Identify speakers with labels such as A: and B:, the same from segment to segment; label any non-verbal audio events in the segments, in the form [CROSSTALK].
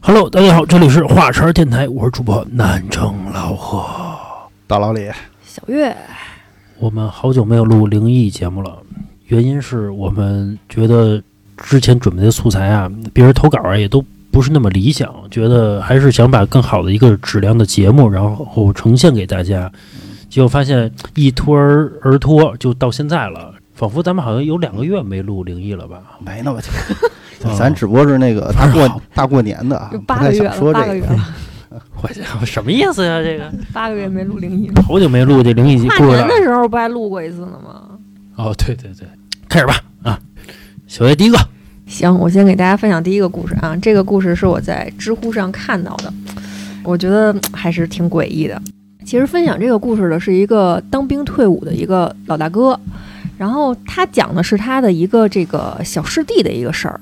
A: Hello，大家好，这里是华晨电台，我是主播南城老何。
B: 大老李，
C: 小月，
B: 啊
A: 我们好久没有录灵异节目了，原因是我们觉得之前准备的素材啊，别人投稿啊也都不是那么理想，觉得还是想把更好的一个质量的节目，然后呈现给大家。结果发现一拖而而拖，就到现在了，仿佛咱们好像有两个月没录灵异了吧？
B: 没那么 [LAUGHS] 久，
A: 嗯
B: 咱只不过是那个大
A: 好
B: 过大过年的啊，
C: 有
B: 不
C: 八个
B: 太
C: 月
B: 想
C: 了，
B: 说
C: 八个
B: 这
C: 月
B: 个。 [LAUGHS]
C: 了，
A: 我这什么意思呀、这个
C: 八个月没录灵异。
A: 好久没录这灵异节
C: 跨
A: 故事了
C: 年的。时候不还录过一次呢吗？
A: 哦，对对对，开始吧啊！小月第一个，
C: 行，我先给大家分享第一个故事啊，这个故事是我在知乎上看到的，我觉得还是挺诡异的。其实分享这个故事的是一个当兵退伍的一个老大哥，然后他讲的是他的一个这个小师弟的一个事儿。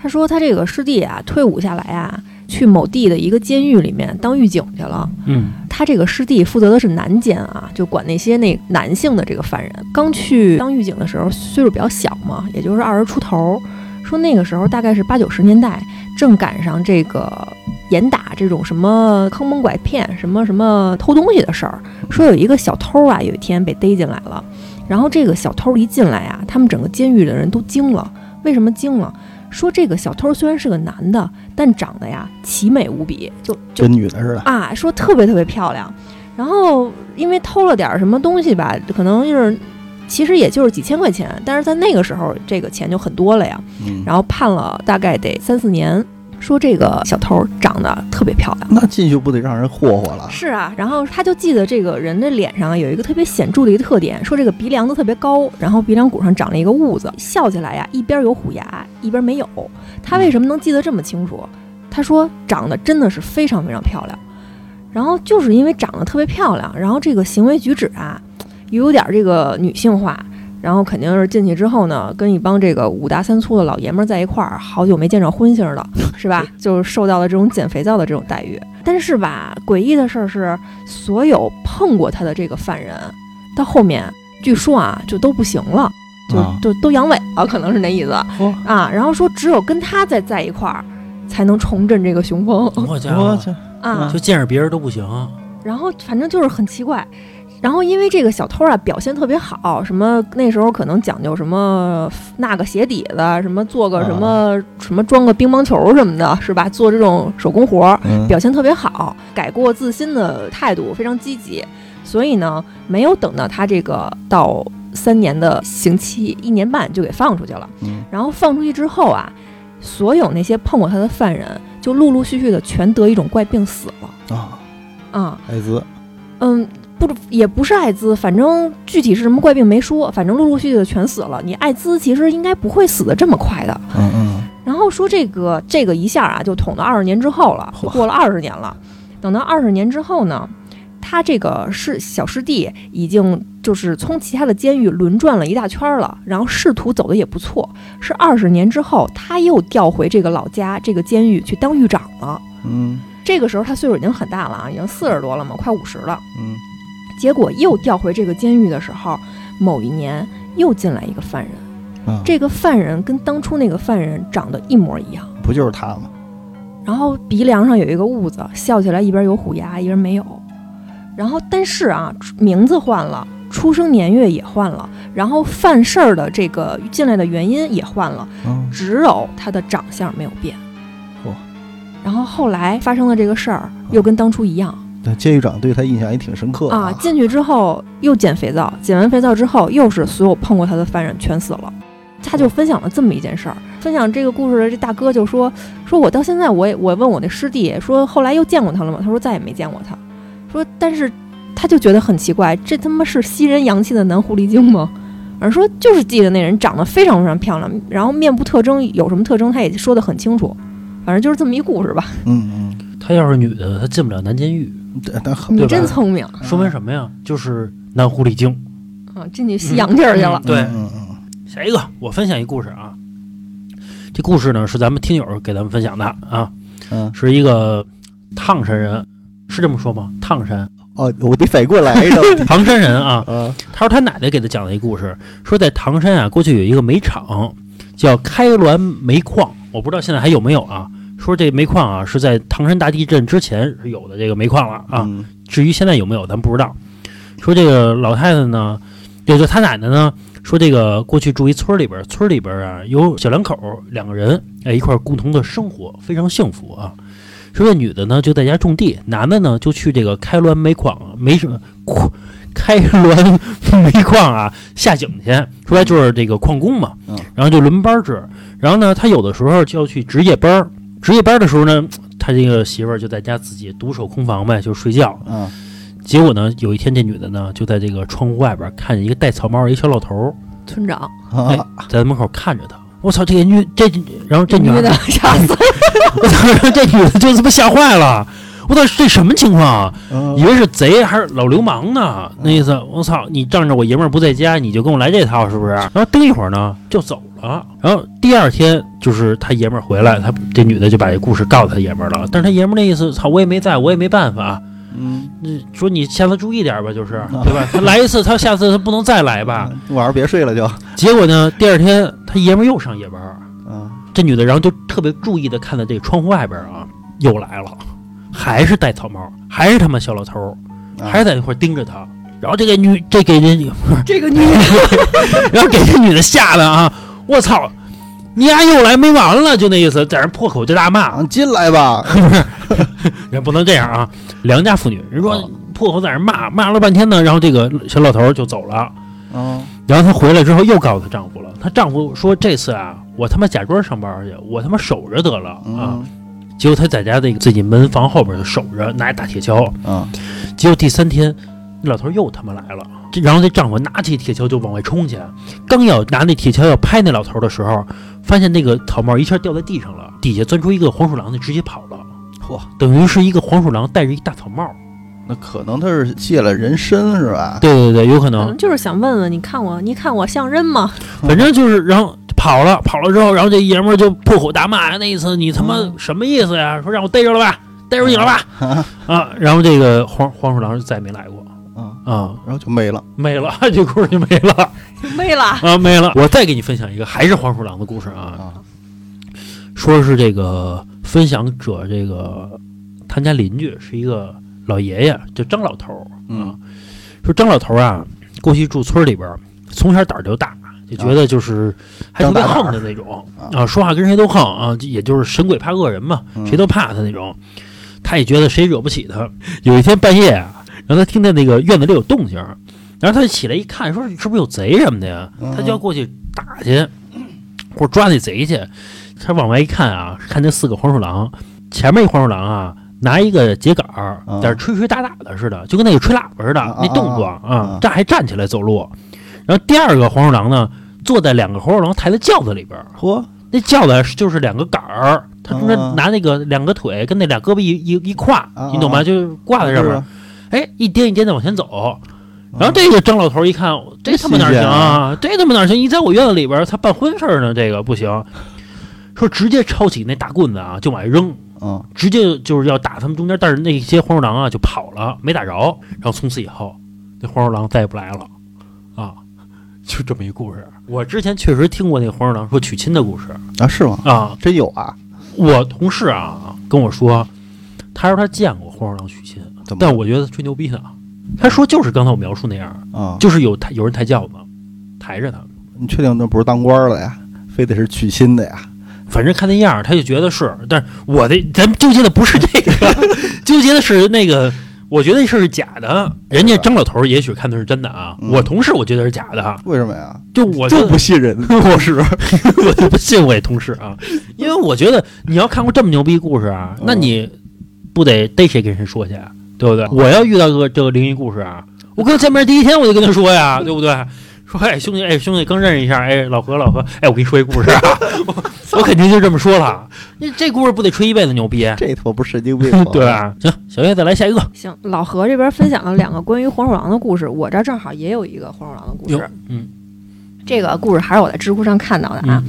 C: 他说他这个师弟啊，退伍下来啊，去某地的一个监狱里面当狱警去了。
A: 嗯
C: 他这个师弟负责的是男监啊，就管那些那男性的这个犯人。刚去当狱警的时候，岁数比较小嘛，也就是二十出头。说那个时候大概是八九十年代，正赶上这个严打这种什么坑蒙拐骗、什么什么偷东西的事儿。说有一个小偷啊，有一天被逮进来了，然后这个小偷一进来啊，他们整个监狱的人都惊了。为什么惊了？说这个小偷虽然是个男的，但长得呀奇美无比，就就
B: 跟女的似的，
C: 啊，说特别特别漂亮。然后因为偷了点儿什么东西吧，可能就是其实也就是几千块钱，但是在那个时候这个钱就很多了呀。
B: 嗯，
C: 然后判了大概得三四年，说这个小偷长得特别漂亮。
B: 那进去不得让人霍霍了？
C: 是啊，然后他就记得这个人的脸上有一个特别显著的一个特点，说这个鼻梁子特别高，然后鼻梁骨上长了一个痦子，笑起来呀一边有虎牙一边没有。他为什么能记得这么清楚？他说长得真的是非常非常漂亮，然后就是因为长得特别漂亮，然后这个行为举止啊，也有点这个女性化。然后肯定是进去之后呢，跟一帮这个五大三粗的老爷们儿在一块儿，好久没见着荤腥儿了，是吧？就是受到了这种捡肥皂的这种待遇。但是吧，诡异的事儿是，所有碰过他的这个犯人，到后面据说啊，就都不行了，就、
B: 啊
C: 就都阳痿了，可能是那意思。
B: 嚯
C: 啊，然后说只有跟他再在一块儿，才能重振这个雄风
A: 我家伙，
B: 我去，
C: 啊。
A: 就见着别人都不行，
C: 然后反正就是很奇怪。然后因为这个小偷啊表现特别好，什么那时候可能讲究什么纳个鞋底子，什么做个什么、什么装个乒乓球什么的，是吧？做这种手工活儿，
B: 嗯，
C: 表现特别好，改过自新的态度非常积极。所以呢，没有等到他这个到三年的刑期，一年半就给放出去了。
B: 嗯
C: 然后放出去之后啊，所有那些碰过他的犯人，就陆陆续续的全得一种怪病死了
B: 啊，
C: 啊，
B: 艾滋，
C: 嗯，不知也不是艾滋，反正具体是什么怪病没说，反正陆陆续续的全死了。你艾滋其实应该不会死的这么快的。
B: 嗯嗯，
C: 然后说这个这个一下啊，就捅到二十年之后了，就
B: 嚯
C: 过了二十年了。等到二十年之后呢，他这个师小师弟已经就是从其他的监狱轮转了一大圈了，然后仕途走的也不错。是二十年之后，他又调回这个老家这个监狱去当狱长了。
B: 嗯
C: 这个时候他岁数已经很大了啊，已经四十多了嘛，快五十了。
B: 嗯，
C: 结果又调回这个监狱的时候，某一年又进来一个犯人，
B: 啊
C: 这个犯人跟当初那个犯人长得一模一样。
B: 不就是他吗？
C: 然后鼻梁上有一个痦子，笑起来一边有虎牙，一边没有。然后但是啊，出名字换了，出生年月也换了，然后犯事儿的这个进来的原因也换了，
B: 嗯，
C: 只有他的长相没有变
B: 嚯。
C: 然后后来发生了这个事儿，又跟当初一样
B: 那监狱长对他印象也挺深刻的
C: 啊！进去之后又捡肥皂，捡完肥皂之后，又是所有碰过他的犯人全死了。他
A: 哦
C: 就分享了这么一件事儿，分享这个故事的这大哥就说：“说我到现在我也我问我那师弟说后来又见过他了吗？他说再也没见过他，说但是他就觉得很奇怪，这他妈是吸人阳气的男狐狸精吗？而说就是记得那人长得非常非常漂亮，然后面部特征有什么特征他也说得很清楚，反正就是这么一故事吧。
B: 嗯嗯，
A: 她要是女的，她进不了男监狱，
B: 对，但很
C: 你
A: 吧
C: 真聪明
A: 说明什么呀？就是男狐狸精。
C: 啊，进去吸阳气儿去了
A: 嗯。对
B: 嗯嗯
A: 下一个，我分享一故事啊。这故事呢是咱们听友给咱们分享的啊，
B: 嗯，
A: 是一个烫山人，是这么说吗？烫山，
B: 哦，我得反过来 [LAUGHS] 的，
A: 唐山人啊。
B: 啊，
A: 他说他奶奶给他讲的一故事，说在唐山啊，过去有一个煤厂叫开滦煤矿，我不知道现在还有没有啊。说这煤矿啊是在唐山大地震之前是有的这个煤矿了啊，
B: 嗯
A: 至于现在有没有，咱不知道。说这个老太太呢，也就她奶奶呢，说这个过去住一村里边，村里边啊有小两口两个人，哎一块儿共同的生活，非常幸福啊。说这女的呢就在家种地，男的呢就去这个开滦煤矿，没什么矿开滦煤矿啊下井去，说白就是这个矿工嘛
B: 嗯，
A: 然后就轮班制。然后呢，他有的时候就要去值夜班儿，值夜班儿的时候呢，他这个媳妇儿就在家自己独守空房呗，就睡觉。
B: 啊
A: 结果呢，有一天这女的呢就在这个窗户外边看见一个戴草帽儿一小老头儿
C: 村长，
A: 哎
B: 啊，
A: 在门口看着她。我操，这个女这，然后这女
C: 女
A: 孩
C: 的， [LAUGHS] 吓死了！
A: [LAUGHS] 我操，然后这女的就他妈吓坏了。我操，这什么情况啊？以
B: 嗯
A: 为是贼还是老流氓呢？那意思，我操，你仗着我爷们儿不在家，你就跟我来这套是不是？然后盯一会儿呢，就走了。然后第二天就是他爷们儿回来，他这女的就把这故事告诉他爷们儿了。但是他爷们儿那意思，操，我也没在，我也没办法。
B: 嗯，
A: 那说你下次注意点儿吧，就是对吧？他来一次，他下次他不能再来吧？
B: 晚上别睡了就，
A: 结果呢，第二天他爷们儿又上夜班儿，
B: 啊
A: 这女的然后就特别注意的看到这个窗户外边儿啊，又来了，还是戴草帽，还是他妈小老头儿。
B: 啊
A: 还是在那块儿盯着他。然后这个女，这给这， [LAUGHS]
C: 这个女
A: 然后给这女的吓得啊，我操，你丫又来没完了，就那意思，在那儿破口就大骂，
B: 啊进来吧，
A: 人不能这样啊，良家妇女，人说
B: 哦
A: 破口在那儿骂，骂了半天呢，然后这个小老头儿就走了。
B: 嗯
A: 然后她回来之后又告诉她丈夫了，她丈夫说这次啊，我他妈假装上班去，我他妈守着得了啊。
B: 嗯
A: 结果她在家那个自己门房后边就守着，拿一大铁锹，
B: 啊
A: 结果第三天，那老头又他妈来了，这然后这丈夫拿起铁锹就往外冲去，啊刚要拿那铁锹要拍那老头的时候，发现那个草帽一下掉在地上了，底下钻出一个黄鼠狼，就直接跑了。
B: 嚯，
A: 等于是一个黄鼠狼戴着一大草帽。
B: 那可能他是借了人参是吧？
A: 对对对，有可
C: 可
A: 能
C: 能，就是想问问，你看我，你看我像人吗？
A: 反正就是，然后跑了，跑了之后，然后这爷们儿就破口大骂，那意思你他妈
B: 嗯
A: 什么意思呀？说让我逮着了吧，逮着你了吧？ [LAUGHS] 啊，然后这个黄黄鼠狼就再也没来过
B: 啊，
A: 啊，
B: 然后就没了，
A: 没了， [LAUGHS] 这故事就没了。
C: 没了，
A: 啊，没了。我再给你分享一个还是黄鼠狼的故事啊，
B: 啊
A: 说是这个分享者这个他家邻居是一个老爷爷，就张老头儿。
B: 嗯
A: 啊说张老头儿啊，过去住村里边儿，从小胆儿就大，就觉得就是还特别
B: 啊张大胆
A: 横
B: 儿
A: 的那种
B: 啊
A: 啊，说话跟谁都横啊，就也就是神鬼怕恶人嘛，
B: 嗯
A: 谁都怕他那种。他也觉得谁惹不起他。有一天半夜啊，然后他听见那个院子里有动静儿，然后他起来一看，说是不是有贼什么的呀？
B: 嗯
A: 他就要过去打去，或者抓那贼去。他往外一看啊，看见四个黄鼠狼，前面一黄鼠狼啊，拿一个秸秆儿
B: 啊
A: 在那吹吹打打的似的，就跟那个吹喇叭似的
B: 啊啊
A: 那动作啊
B: 啊，
A: 站还站起来走路。然后第二个黄鼠狼呢，坐在两个黄鼠狼抬的轿子里边儿，
B: 嚯，
A: 那轿子就是两个杆儿，它中间
B: 啊
A: 拿那个两个腿跟那俩胳膊一一一挎
B: 啊，
A: 你懂吗？
B: 啊
A: 就是挂在上面，哎，一颠一颠的往前走。
B: 嗯
A: 然后这个张老头一看，这他妈哪儿行
B: 新鲜
A: 啊？这他妈哪儿行？你在我院子里边儿，他办婚事儿呢，这个不行。说直接抄起那大棍子啊，就往外扔，
B: 嗯
A: 直接就是要打他们中间，但是那些黄鼠狼啊就跑了，没打着。然后从此以后，那黄鼠狼再也不来了，啊， [LAUGHS] 就这么一故事。我之前确实听过那个黄鼠狼说娶亲的故事
B: 啊是吗？
A: 啊，
B: 真有啊？
A: 我同事啊跟我说，他说他见过黄鼠狼娶亲，
B: 怎么
A: 但我觉得他吹牛逼呢。他说就是刚才我描述那样，
B: 啊？
A: 就是有抬有人抬轿子，抬着他，
B: 你确定那不是当官儿的呀？非得是娶亲的呀？
A: 反正看那样儿他就觉得是。但是我的咱们纠结的不是这
B: [LAUGHS]
A: 个，纠结的是那个。我觉得是假的，人家张老头儿也许看的是真的啊，
B: 嗯
A: 我同事我觉得是假的，
B: 为什么呀？
A: 就我
B: 就不信任，我是
A: [LAUGHS] 我就不信我这同事
C: [LAUGHS]
A: 啊，因为我觉得你要看过这么牛逼故事啊，
C: 嗯
A: 那你不得逮谁跟谁说去，啊对不
C: 嗯
A: 对？我要遇到个这个灵异故事啊，我跟他见面第一天我就跟他说
C: [LAUGHS]
A: 呀，对不对？说哎兄弟，哎兄弟，刚认识一下，哎老何老何，哎我跟你说一故事啊，
C: [LAUGHS]
A: 我我肯定就这么说了，那这故事不得吹一辈子牛逼？
B: [LAUGHS]
A: 啊
C: [LAUGHS]
B: 这他妈不是神经病吗？
A: [LAUGHS] 对啊，行，小月再来下一个，
C: 行，老何这边分享了两个关于黄鼠狼的故事，我这儿正好也有一个黄鼠狼的故
A: 有
C: 事。
A: 嗯
C: 这个故事还是我在知乎上看到的啊。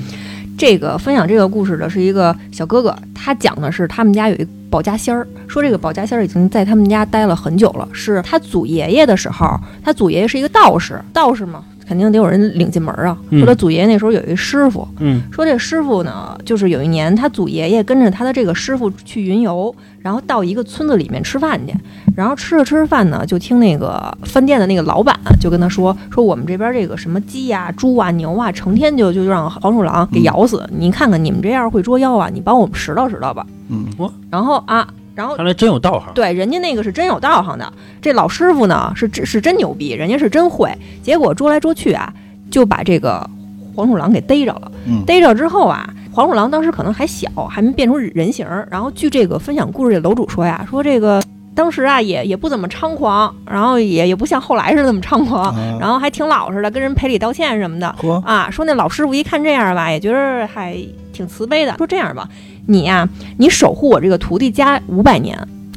C: 这个分享这个故事的是一个小哥哥，他讲的是他们家有一个保家仙儿，说这个保家仙儿已经在他们家待了很久了，是他祖爷爷的时候，他祖爷爷是一个道士，道士嘛。肯定得有人领进门啊。
A: 嗯
C: 说他祖爷爷那时候有一师傅，
A: 嗯
C: 说这师傅呢，就是有一年他祖爷爷跟着他的这个师傅去云游，然后到一个村子里面吃饭去，然后吃着吃着饭呢，就听那个饭店的那个老板就跟他说，说我们这边这个什么鸡呀、猪啊、牛啊，成天就就让黄鼠狼给咬死，你看看你们这样会捉妖啊，你帮我们拾掇拾掇吧。
B: 嗯，
C: 然后啊，然后
A: 看来真有道行。
C: 对，人家那个是真有道行的，这老师傅呢是真是真牛逼，人家是真会。结果捉来捉去啊，就把这个黄鼠狼给逮着了。
B: 嗯
C: 逮着之后啊，黄鼠狼当时可能还小，还没变成人形儿。然后据这个分享故事的楼主说呀，说这个当时啊也也不怎么猖狂，然后也也不像后来似的那么猖狂，
B: 啊
C: 然后还挺老实的，跟人赔礼道歉什么的。
B: 嚯，
C: 啊，说那老师傅一看这样吧，也觉得还挺慈悲的，说这样吧，你呀、你守护我这个徒弟家五百年，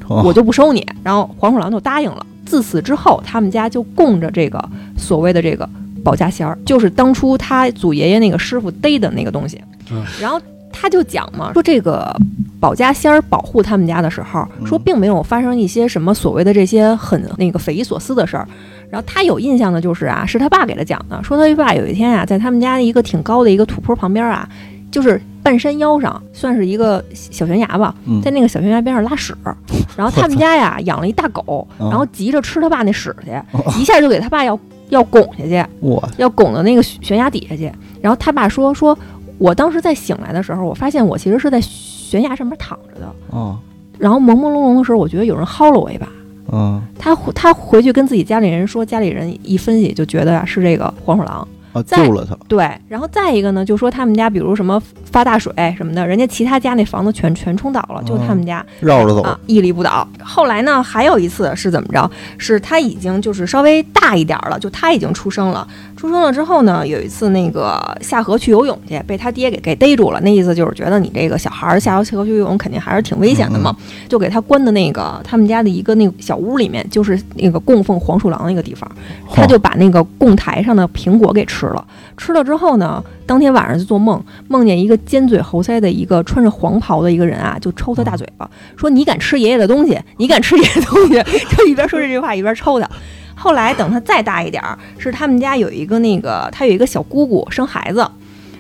B: 哦
C: 我就不收你。然后黄鼠狼就答应了。自此之后，他们家就供着这个所谓的这个保家仙儿，就是当初他祖爷爷那个师傅逮的那个东西。
A: 嗯
C: 然后他就讲嘛，说这个保家仙儿保护他们家的时候，
B: 嗯
C: 说并没有发生一些什么所谓的这些很那个匪夷所思的事儿。然后他有印象的就是啊，是他爸给他讲的，说他爸有一天啊，在他们家一个挺高的一个土坡旁边啊，就是半山腰上，算是一个小悬崖吧，
B: 嗯
C: 在那个小悬崖边上拉屎，然后他们家呀养了一大狗，
B: 啊
C: 然后急着吃他爸那屎去，一下就给他爸要要拱下去，
B: 我
C: 要拱到那个悬崖底下去。然后他爸说说，我当时在醒来的时候，我发现我其实是在悬崖上面躺着的，
B: 哦
C: 然后朦朦胧胧的时候，我觉得有人薅了我一把。
B: 嗯
C: 他回他回去跟自己家里人说，家里人一分析就觉得啊是这个黄鼠狼。
B: 哦
C: 在
B: 救了他，
C: 对，然后再一个呢，就说他们家比如什么发大水什么的，人家其他家那房子全全冲倒了，就他们家、
B: 绕着走
C: 啊，屹立不倒。后来呢，还有一次是怎么着？是他已经就是稍微大一点儿了，就他已经出生了。出生了之后呢，有一次那个下河去游泳去，被他爹给给逮住了。那意思就是觉得你这个小孩儿下河去游泳肯定还是挺危险的嘛，
B: 嗯
C: 就给他关的那个他们家的一个那个小屋里面，就是那个供奉黄鼠狼那个地方。
B: 哦
C: 他就把那个供台上的苹果给吃了。吃了之后呢，当天晚上就做梦，梦见一个尖嘴猴腮的一个穿着黄袍的一个人啊，就抽他大嘴巴，说你敢吃爷爷的东西，你敢吃爷爷的东西， [LAUGHS] 就一边说这句话一边抽他。后来等他再大一点儿，是他们家有一个那个他有一个小姑姑生孩子。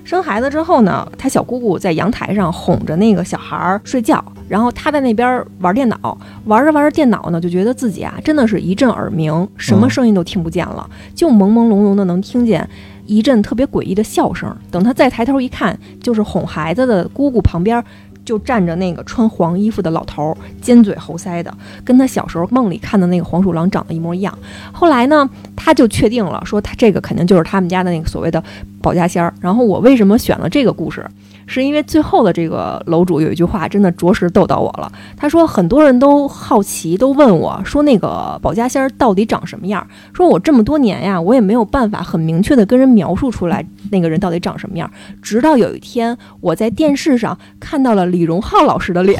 C: 生孩子之后呢，他小姑姑在阳台上哄着那个小孩儿睡觉，然后他在那边儿玩电脑，玩着玩着电脑呢，就觉得自己啊真的是一阵耳鸣，什么声音都听不见了，就朦朦胧胧的能听见一阵特别诡异的笑声。等他再抬头一看，就是哄孩子的姑姑旁边。就站着那个穿黄衣服的老头儿，尖嘴猴腮的，跟他小时候梦里看的那个黄鼠狼长得一模一样。后来呢，他就确定了，说他这个肯定就是他们家的那个所谓的保家仙儿。然后我为什么选了这个故事，是因为最后的这个楼主有一句话真的着实逗到我了。他说很多人都好奇，都问我说那个保家仙儿到底长什么样儿？说我这么多年呀，我也没有办法很明确的跟人描述出来那个人到底长什么样儿。直到有一天，我在电视上看到了李荣浩老师的脸。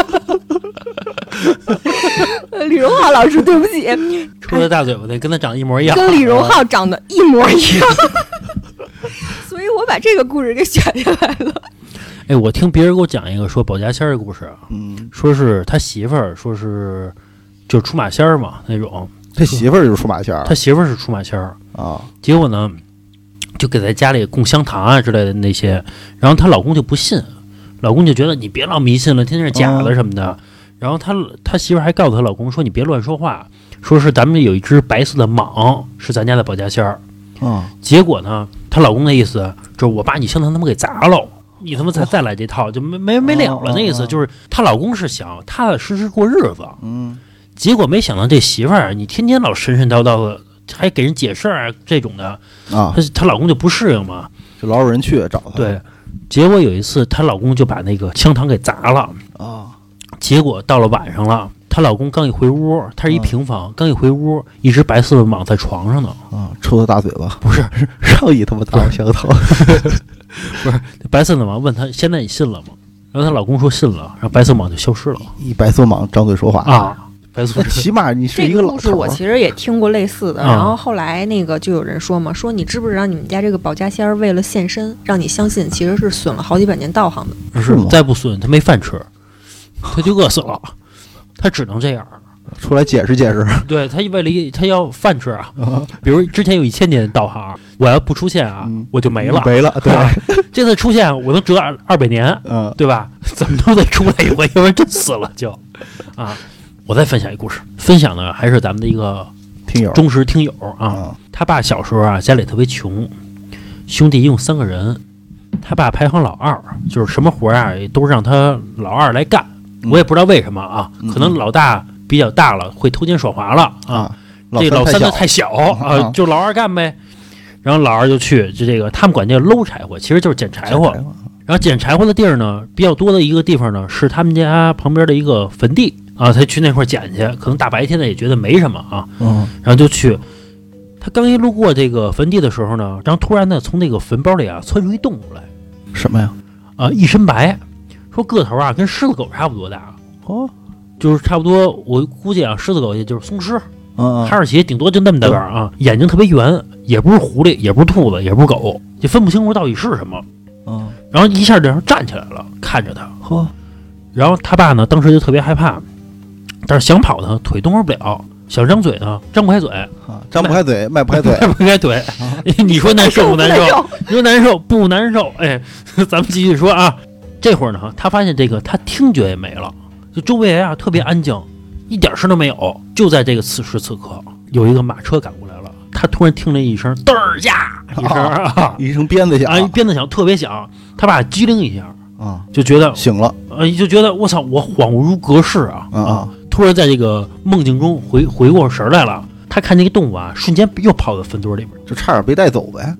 C: [LAUGHS] 李荣浩老师，对不起，
A: 抽他大嘴巴那跟他长得一模一样。
C: 跟李荣浩长得一模一样，所以我把这个故事给选下来了。
A: 哎，我听别人给我讲一个说保家仙儿的故事啊，
B: 嗯，
A: 说是他媳妇儿，说是就出马仙儿嘛那种，
B: 这媳妇儿就是出马仙儿
A: 他媳妇儿是出马仙儿，
B: 啊，
A: 结果呢，就给在家里供香糖啊之类的那些，然后她老公就不信，老公就觉得你别老迷信了，天天是假的
B: 哦
A: 什么的。然后她她媳妇儿还告诉她老公说你别乱说话，说是咱们有一只白色的蟒是咱家的保家仙儿。
B: 啊，
A: 结果呢，她老公的意思就是我把你香糖他妈给砸喽。你他妈再再来这套就没没没了了，那意思就是她老公是想踏踏实实过日子，
B: 嗯，
A: 结果没想到这媳妇儿，你天天老神神叨叨的，还给人解释啊这种的，
B: 啊
A: 她，她老公就不适应嘛。
B: 就老有人去找他，
A: 对，结果有一次她老公就把那个香糖给砸了，
B: 啊，
A: 结果到了晚上了，她老公刚一回屋，她是一
B: 嗯
A: 平房，刚一回屋，一只白色的蟒在床上呢，
B: 啊，抽他大嘴巴，
A: 不是
B: 上一他妈大香头，
A: 白色的蟒问她现在你信了吗？然后她老公说信了，然后白色蟒就消失了
B: 一白色蟒张嘴说话，
A: 啊，白色
B: 那起码你是一
C: 个
B: 老
C: 故事
B: 头
C: 我
B: 儿，
C: 其实也听过类似的，
A: 嗯
C: 然后后来那个就有人说嘛，说你知不知道你们家这个保家仙儿为了献身，让你相信其实是损了好几百年道行的。
A: 不
B: 是吗
A: 再不损她没饭吃，她就饿死了，她只能这样。
B: 出来解释解释。
A: 对他为了一他要饭吃啊，
B: 啊
A: 比如之前有一千年导航，我要不出现啊，
B: 嗯
A: 我就 [LAUGHS] 没了。
B: 没了，对，
A: 啊这次出现我能折二二百年，
B: [LAUGHS]
A: [LAUGHS]
B: 嗯
A: 对吧？怎么都得出来一回，要不然真死了就。啊，我再分享一故事，分享的还是咱们的一个
B: 听友
A: 忠实听友啊。
B: 啊，
A: 他爸小时候啊，家里特别穷，兄弟一共三个人，他爸排行老二，就是什么活儿啊也都让他老二来干。
B: 嗯
A: 我也不知道为什么啊，可能老大比较大了，会偷奸耍滑了啊。
B: 啊，
A: 这老三
B: 三
A: 的
B: 太小
A: 太小
B: 啊
A: 啊，就老二干呗。然后老二就去，就这个他们管这搂柴火，其实就是捡柴火。然后捡柴火的地儿呢，比较多的一个地方呢，是他们家旁边的一个坟地啊，他去那块儿捡去。可能大白天的也觉得没什么啊，
B: 嗯
A: 然后就去。他刚一路过这个坟地的时候呢，然后突然呢，从那个坟包里啊窜出一动物来
B: 什么呀？
A: 啊，一身白，说个头啊跟狮子狗差不多大，
B: 哦，
A: 就是差不多，我估计啊，狮子狗也就是松狮，
B: 嗯
A: 哈士奇顶多就那么大个儿啊，眼睛特别圆，也不是狐狸，也不是兔子，也不是狗，也分不清楚到底是什么。
B: 嗯，
A: 然后一下这人站起来了，看着他。
B: 呵，
A: 然后他爸呢，当时就特别害怕，但是想跑呢，腿动弹不了；想张嘴呢，张不开嘴，，
B: 啊张不开嘴，迈不开腿
A: [LAUGHS] 不开腿。你说难受不难受？
C: 受？
A: 你说难受不难受？哎，咱们继续说啊。这会儿呢，他发现这个他听觉也没了，就周围啊特别安静，一点声都没有。就在这个此时此刻，有一个马车赶过来了，他突然听了一声嘚儿 [LAUGHS] 呀一声啊，
B: 一声鞭子响
A: 啊一鞭子响特别响，他爸机灵一下，
B: 啊，
A: 就觉得
B: 醒了
A: 呃就觉得我操，我恍如隔世啊
B: 啊啊，
A: 突然在这个梦境中回回过神儿来了，他看那个动物啊，瞬间又跑到坟堆里边。
B: 就差点被带走呗。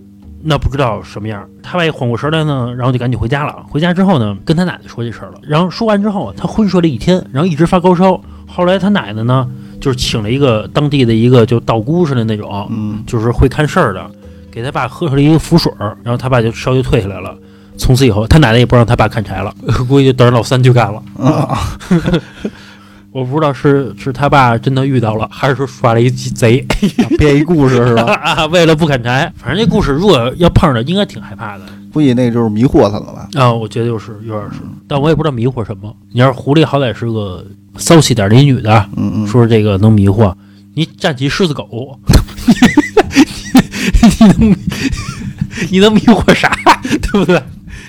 A: 那不知道什么样儿。他爸一缓过神来呢，然后就赶紧回家了。回家之后呢，跟他奶奶说这事儿了。然后说完之后，啊他昏睡了一天，然后一直发高烧。后来他奶奶呢，就是请了一个当地的一个就道姑似的那种，
B: 嗯，
A: 就是会看事儿的，给他爸喝上了一个符水儿，然后他爸就稍微退下来了。从此以后，他奶奶也不让他爸看柴了， [LAUGHS] 估计就等着老三去干了。 [LAUGHS]
B: 啊，
A: 我不知道是是他爸真的遇到了，还是说耍了一贼 [LAUGHS]
B: 编一故事是吧？
A: 啊？为了不砍柴，反正这故事如果要碰着，应该挺害怕的。
B: 估计那就是迷惑他了
C: 嗯
B: 吧？
A: 啊，我觉得就是有点是，但我也不知道迷惑什么。你要是狐狸，好歹是个骚气点儿的一女的，
B: 嗯嗯，
A: 说这个能迷惑。你站起狮子狗，你你能你能迷惑啥？ [LAUGHS] 对不对？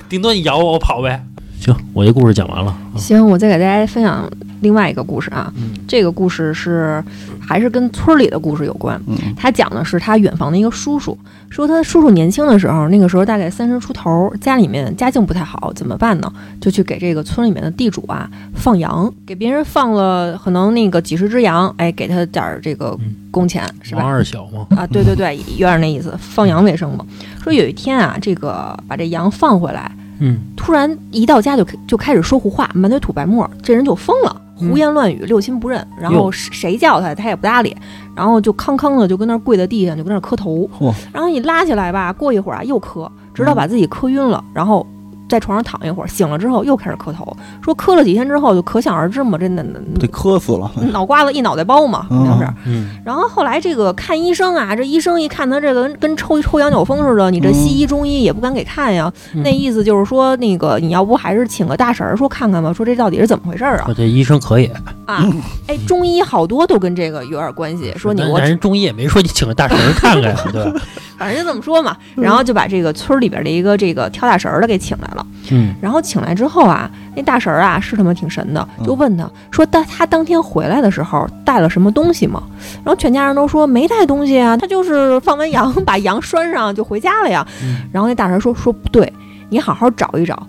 A: 顶多你咬我，我跑呗。行，我这故事讲完了。
C: 行，我再给大家分享另外一个故事啊。
A: 嗯
C: 这个故事是还是跟村里的故事有关。
B: 嗯
C: 他讲的是他远房的一个叔叔，说他叔叔年轻的时候，那个时候大概三十出头，家里面家境不太好，怎么办呢？就去给这个村里面的地主啊放羊，给别人放了可能那个几十只羊，哎，给他点儿这个
A: 嗯
C: 工钱是吧
A: 王？二小嘛，
C: 啊，对对对，有点那意思，放羊为生嘛。说有一天啊，这个把这羊放回来，
A: 嗯，
C: 突然一到家就开就开始说胡话，满嘴吐白沫，这人就疯了，
A: 嗯
C: 胡言乱语，六亲不认。然后
A: 哟
C: 谁谁叫他，他也不搭理，然后就康康的就跟那儿跪在地上，就跟那儿磕头
B: 嚯。
C: 然后你拉起来吧，过一会儿啊又磕，直
A: 嗯
C: 到把自己磕晕了，然后。在床上躺一会儿，醒了之后又开始磕头，说磕了几天之后就可想而知嘛，这脑
B: 得磕死了。
C: 脑瓜子一脑袋包嘛，肯定是。
A: 嗯，
C: 然后后来这个看医生啊，这医生一看他这个跟抽抽羊角风似的，你这西医中医也不敢给看呀。
A: 嗯
C: 那意思就是说，那个你要不还是请个大婶儿说看看吧，说这到底是怎么回事儿啊？
A: 我嗯这医生可以。
C: 啊，哎，中医好多都跟这个有点关系，说你
A: 那
C: 我
A: 人中医也没说你请个大神儿看看呀，对吧？
C: [LAUGHS] 反正就这么说嘛。然后就把这个村儿里边的一个这个挑大神儿的给请来了。
A: 嗯
C: 然后请来之后啊，那大婶儿啊是他妈挺神的，就问他说他他当天回来的时候带了什么东西吗？然后全家人都说没带东西啊，他就是放完羊 [LAUGHS] 把羊拴上就回家了呀。
A: 嗯
C: 然后那大婶说说不对，你好好找一找，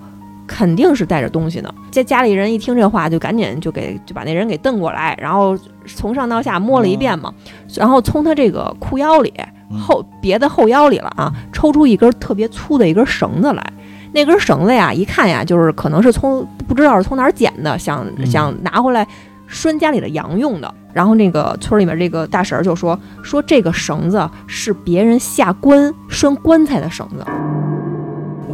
C: 肯定是带着东西呢。家家里人一听这话，就赶紧就给就把那人给瞪过来，然后从上到下摸了一遍嘛，然后从他这个裤腰里
B: 嗯
C: 后别的后腰里了啊，抽出一根特别粗的一根绳子来。那根绳子呀，一看呀，就是可能是从不知道是从哪儿捡的，想
A: 嗯
C: 想拿回来拴家里的羊用的。然后那个村里面这个大婶儿就说说这个绳子是别人下棺拴棺材的绳子，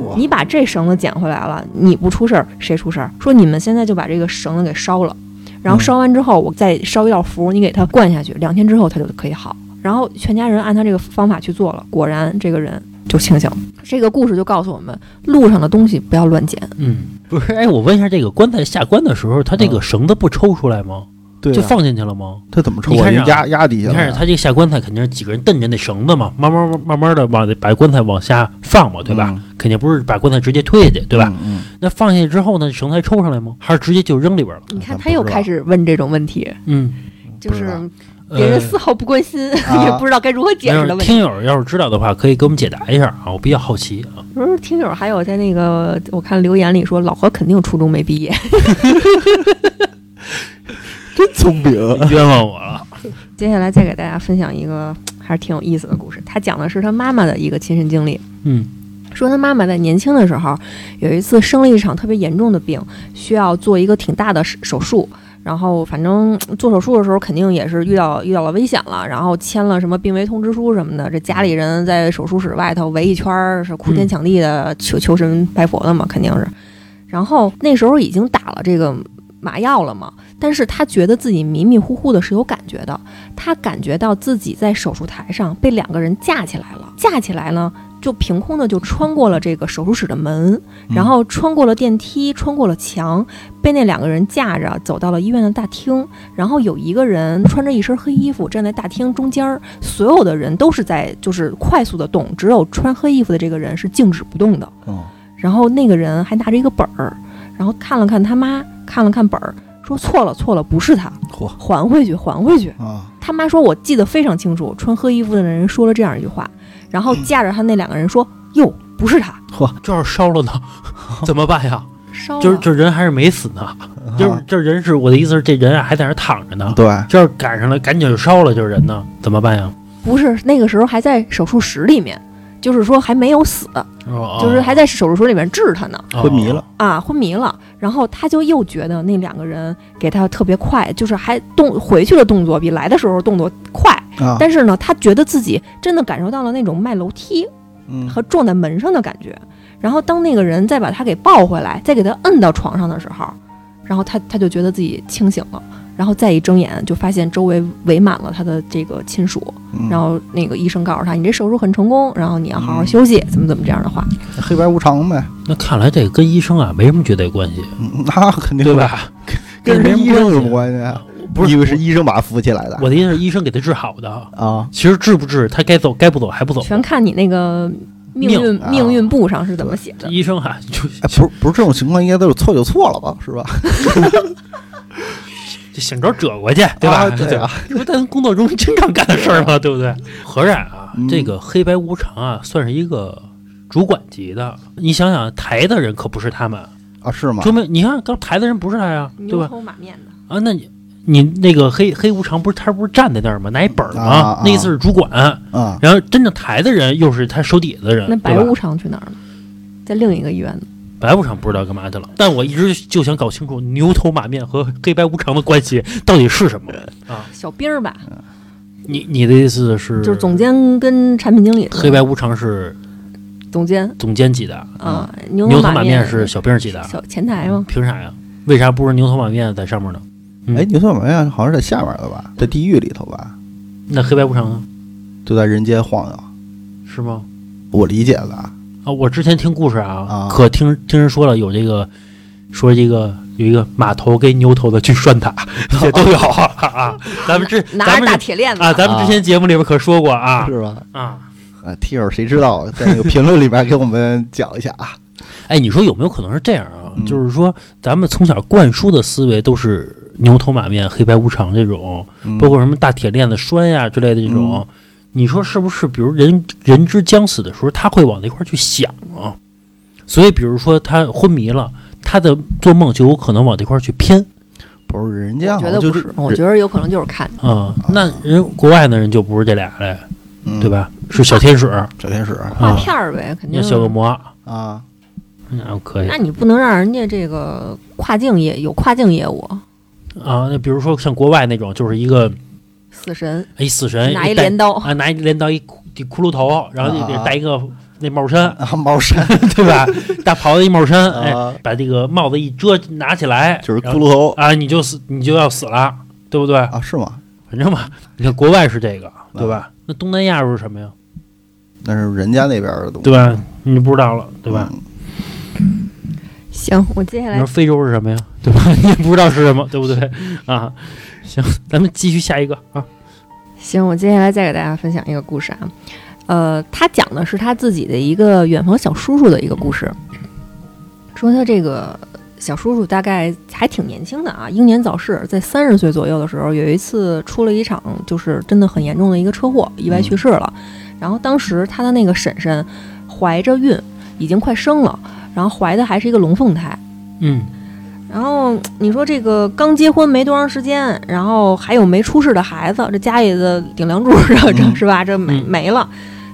B: 哇
C: 你把这绳子捡回来了，你不出事儿谁出事儿？说你们现在就把这个绳子给烧了，然后烧完之后我再烧一道符，你给它灌下去，两天之后它就可以好。然后全家人按他这个方法去做了，果然这个人就清醒了。这个故事就告诉我们，路上的东西不要乱捡。嗯
A: 嗯，不是，哎，我问一下，这个棺材下棺的时候，它这个绳子不抽出来吗？
B: 对啊、
A: 就放进去了吗？
B: 他怎么抽
A: 你
B: 啊？
A: 看
B: 就
A: 着啊
B: 压压底
A: 你
B: 下了呀。
A: 看着他这个下棺材，肯定是几个人蹬着那绳子嘛，慢慢慢慢的往把棺材往下放嘛，对吧？
B: 嗯？
A: 肯定不是把棺材直接推下去，对吧？
B: 嗯？
A: [LAUGHS] 那放下去之后呢，绳子还抽上来吗？还是直接就扔里边了？
C: 你看
B: 咱
C: 他
B: 不
C: 又
B: 知道
C: 开始问这种问题，
A: 嗯，
C: 就
B: 不知
C: 是
B: 道
C: 别人
A: 呃
C: 丝毫不关心，
B: 啊
C: [LAUGHS] 也不知道该如何
A: 没
C: 解释
A: 有
C: 的问题。
A: 听友要是知道的话，可以给我们解答一下啊，我比较好奇
B: [LAUGHS]
A: 啊。
C: 不是听友还有在那个我看留言里说，老何肯定初中没毕业，
B: 真聪明，
A: 冤枉我了，
C: 接下来再给大家分享一个还是挺有意思的故事。他讲的是他妈妈的一个亲身经历，
A: 嗯
C: 说他妈妈在年轻的时候有一次生了一场特别严重的病，需要做一个挺大的手手术。然后，反正嗯做手术的时候肯定也是遇到遇到了危险了，然后签了什么病危通知书什么的。这家里人在手术室外头围一圈儿，是哭天抢地的求求神拜佛的嘛，肯定是。然后那时候已经打了这个麻药了嘛，但是他觉得自己迷迷糊糊的是有感觉的，他感觉到自己在手术台上被两个人架起来了，架起来呢，就凭空的就穿过了这个手术室的门，
A: [LAUGHS]
B: 嗯
C: 然后穿过了电梯，穿过了墙，被那两个人架着走到了医院的大厅。然后有一个人穿着一身黑衣服站在大厅中间儿，所有的人都是在就是快速的动，只有穿黑衣服的这个人是静止不动的。
B: 嗯
C: 然后那个人还拿着一个本儿，然后看了看他妈，看了看本儿，说错了错了，不是他，
B: 嚯
C: 还回去还回去。
B: 啊，
C: 他妈说，我记得非常清楚，穿黑衣服的人说了这样一句话，
A: 嗯
C: 然后架着他那两个人说：“哟，不是他，
A: 这要是烧了呢，
B: [LAUGHS]
A: 怎么办呀？
C: 烧了。
A: 就是这人还是没死
B: 啊
A: 呢，就是这人是我的意思是这人啊还在那儿躺着呢
B: 啊，对，
A: 这要是赶上了赶紧就烧了，就是人呢怎么办呀？
C: 不是那个时候还在手术室里面，就是说还没有死，
A: 哦
C: 就是还在手术室里面治他呢。”
B: 昏迷了，
C: 啊，昏迷了，然后他就又觉得那两个人给他特别快，就是还动回去的动作比来的时候动作快，
A: 哦
B: 啊，
C: 但是呢，他觉得自己真的感受到了那种迈楼梯
B: 嗯
C: 和撞在门上的感觉。然后当那个人再把他给抱回来，再给他摁到床上的时候，然后他他就觉得自己清醒了，然后再一睁眼就发现周围围满了他的这个亲属，
B: 嗯
C: 然后那个医生告诉他，你这手术很成功，然后你要
A: 嗯
C: 好好休息，怎么怎么这样的话。
B: 黑白无常呗，
A: 那看来这跟医生啊没什么绝对关系，
B: 嗯那肯定
A: 对
B: 的？
A: 吧？
B: [LAUGHS] 跟
A: 没
B: 人
A: 什
B: 医
A: 么
B: 生有什么关系啊？
A: 不
B: 你以
A: 是
B: 为是医生把他扶起来的
A: 我的意思是医生给他治好的，
B: 啊？
A: 其实治不治他该走该
B: [LAUGHS]
A: 不走还不走。
C: 全看你那个命
A: 命
C: 运
B: 啊
C: 命运簿上是怎么写的。
A: 医生啊，就
B: 哎，不是不是这种情况，应该都是错就错了吧，是吧？
A: 就想招折过去，对吧？
B: 啊对 [LAUGHS] 啊，
A: 这不咱工作中经常干的事
B: [LAUGHS]
A: 儿吗？对不对？合着啊，
B: 嗯
A: 这个黑白无常啊，算是一个主管级的。你想想，抬的人可不是他们，
B: 啊是吗
A: 说？明你看刚抬的人不是他呀，对
C: 牛
A: 吧？
C: 头马面的，
A: 啊，那你你那个黑黑无常不是他不是站在那儿吗？拿一本儿吗？
B: 啊啊
A: 那意思是主管，
B: 啊，
A: 然后真正抬的人又是他手底下的人，
C: 那白
A: 对吧
C: 无常去哪儿了？在另一个医院呢。
A: 白无常不知道干嘛去了，但我一直就想搞清楚牛头马面和黑白无常的关系到底是什么。
C: 小兵儿吧，
A: 你你的意思是，
C: 就是总监跟产品经理。
A: 黑白无常是
C: 总监
A: 总监级的，
C: 啊，牛
A: 牛头
C: 马
A: 马面是小兵级的，
C: 小前台吗？
A: 凭啥呀？为啥不是牛头马面在上面呢？嗯
B: 哎，牛头马面好像是在下面的吧，在地狱里头吧，
A: 那黑白无常呢？
B: 就在人间晃悠。
A: 是吗？
B: 我理解的啊，
A: 啊，我之前听故事啊
B: 啊，
A: 可听听人说了有这个，说这个有一个马头跟牛头的去拴他， [LAUGHS] 这都有啊。 [LAUGHS] 咱们之
C: 拿
A: 咱
C: 着
A: 们
C: 大
A: 这
C: 铁链子
A: 啊，咱们之前节目里面可说过啊
B: 是吧？
A: 啊。
B: 啊，听友谁知道，在那个评论里边给我们讲一下啊。
A: 哎，你说有没有可能是这样啊？
B: 嗯
A: 就是说，咱们从小灌输的思维都是牛头马面、黑白无常这种，
B: 嗯
A: 包括什么大铁链子拴呀之类的这种。你说是不是？比如人人之将死的时候，他会往那块儿去想啊。所以，比如说他昏迷了，他的做梦就有可能往这块儿去偏
B: 不是人家好
C: 我觉
B: 像
C: 得
B: 就
C: 不
B: 是
C: 是，，我觉得有可能就是看
A: 啊、那人国外的人就不是这俩嘞，
B: 嗯
A: 对？吧？啊是小天使，
B: 小天使
C: 画片儿呗，肯
A: 你
C: 定
A: 看。小恶魔，
B: 啊，
A: 那可以
C: 那你不能让人家这个跨境业有跨境业务，
A: 啊。那比如说像国外那种，就是一个
C: 死神
A: 哎死神
C: 拿
A: 一
C: 一
A: 戴
C: 镰刀，
A: 啊，拿一镰刀一骷一骷髅头，然后就得
B: 啊
A: 戴一个那帽衫，
B: 啊，猫山
A: 对
B: [LAUGHS]
A: 吧？大袍子一帽衫，哎，
B: 啊，
A: 把这个帽子一遮，拿起来
B: 就是
A: 然
B: 骷
A: 后
B: 髅头
A: 啊，你就死，你就要死了，对不对？
B: 啊，是吗？
A: 反正吧，你看国外是这个，对吧？那东南亚是什么呀？
B: 那是人家那边的东西，
A: 对
B: 啊
A: 吧？你就不知道了，对吧？
B: 嗯？
C: 行，我接下
A: 你
C: 来
A: 说非洲是什么呀？对吧？ [LAUGHS] 你也不知道是什么，对不对？啊，行，咱们继续下一个啊。
C: 行，我接下来再给大家分享一个故事啊，呃，他讲的是他自己的一个远房小叔叔的一个故事，说他这个小叔叔大概还挺年轻的啊，英年早逝，在三十岁左右的时候，有一次出了一场就是真的很严重的一个车祸，意外去世了。然后当时他的那个婶婶怀着孕，已经快生了，然后怀的还是一个龙凤胎。
A: 嗯
C: 然后你说这个刚结婚没多长时间，然后还有没出世的孩子，这家里的顶梁柱这这
B: 嗯
C: 是吧？这没
A: 嗯
C: 没了。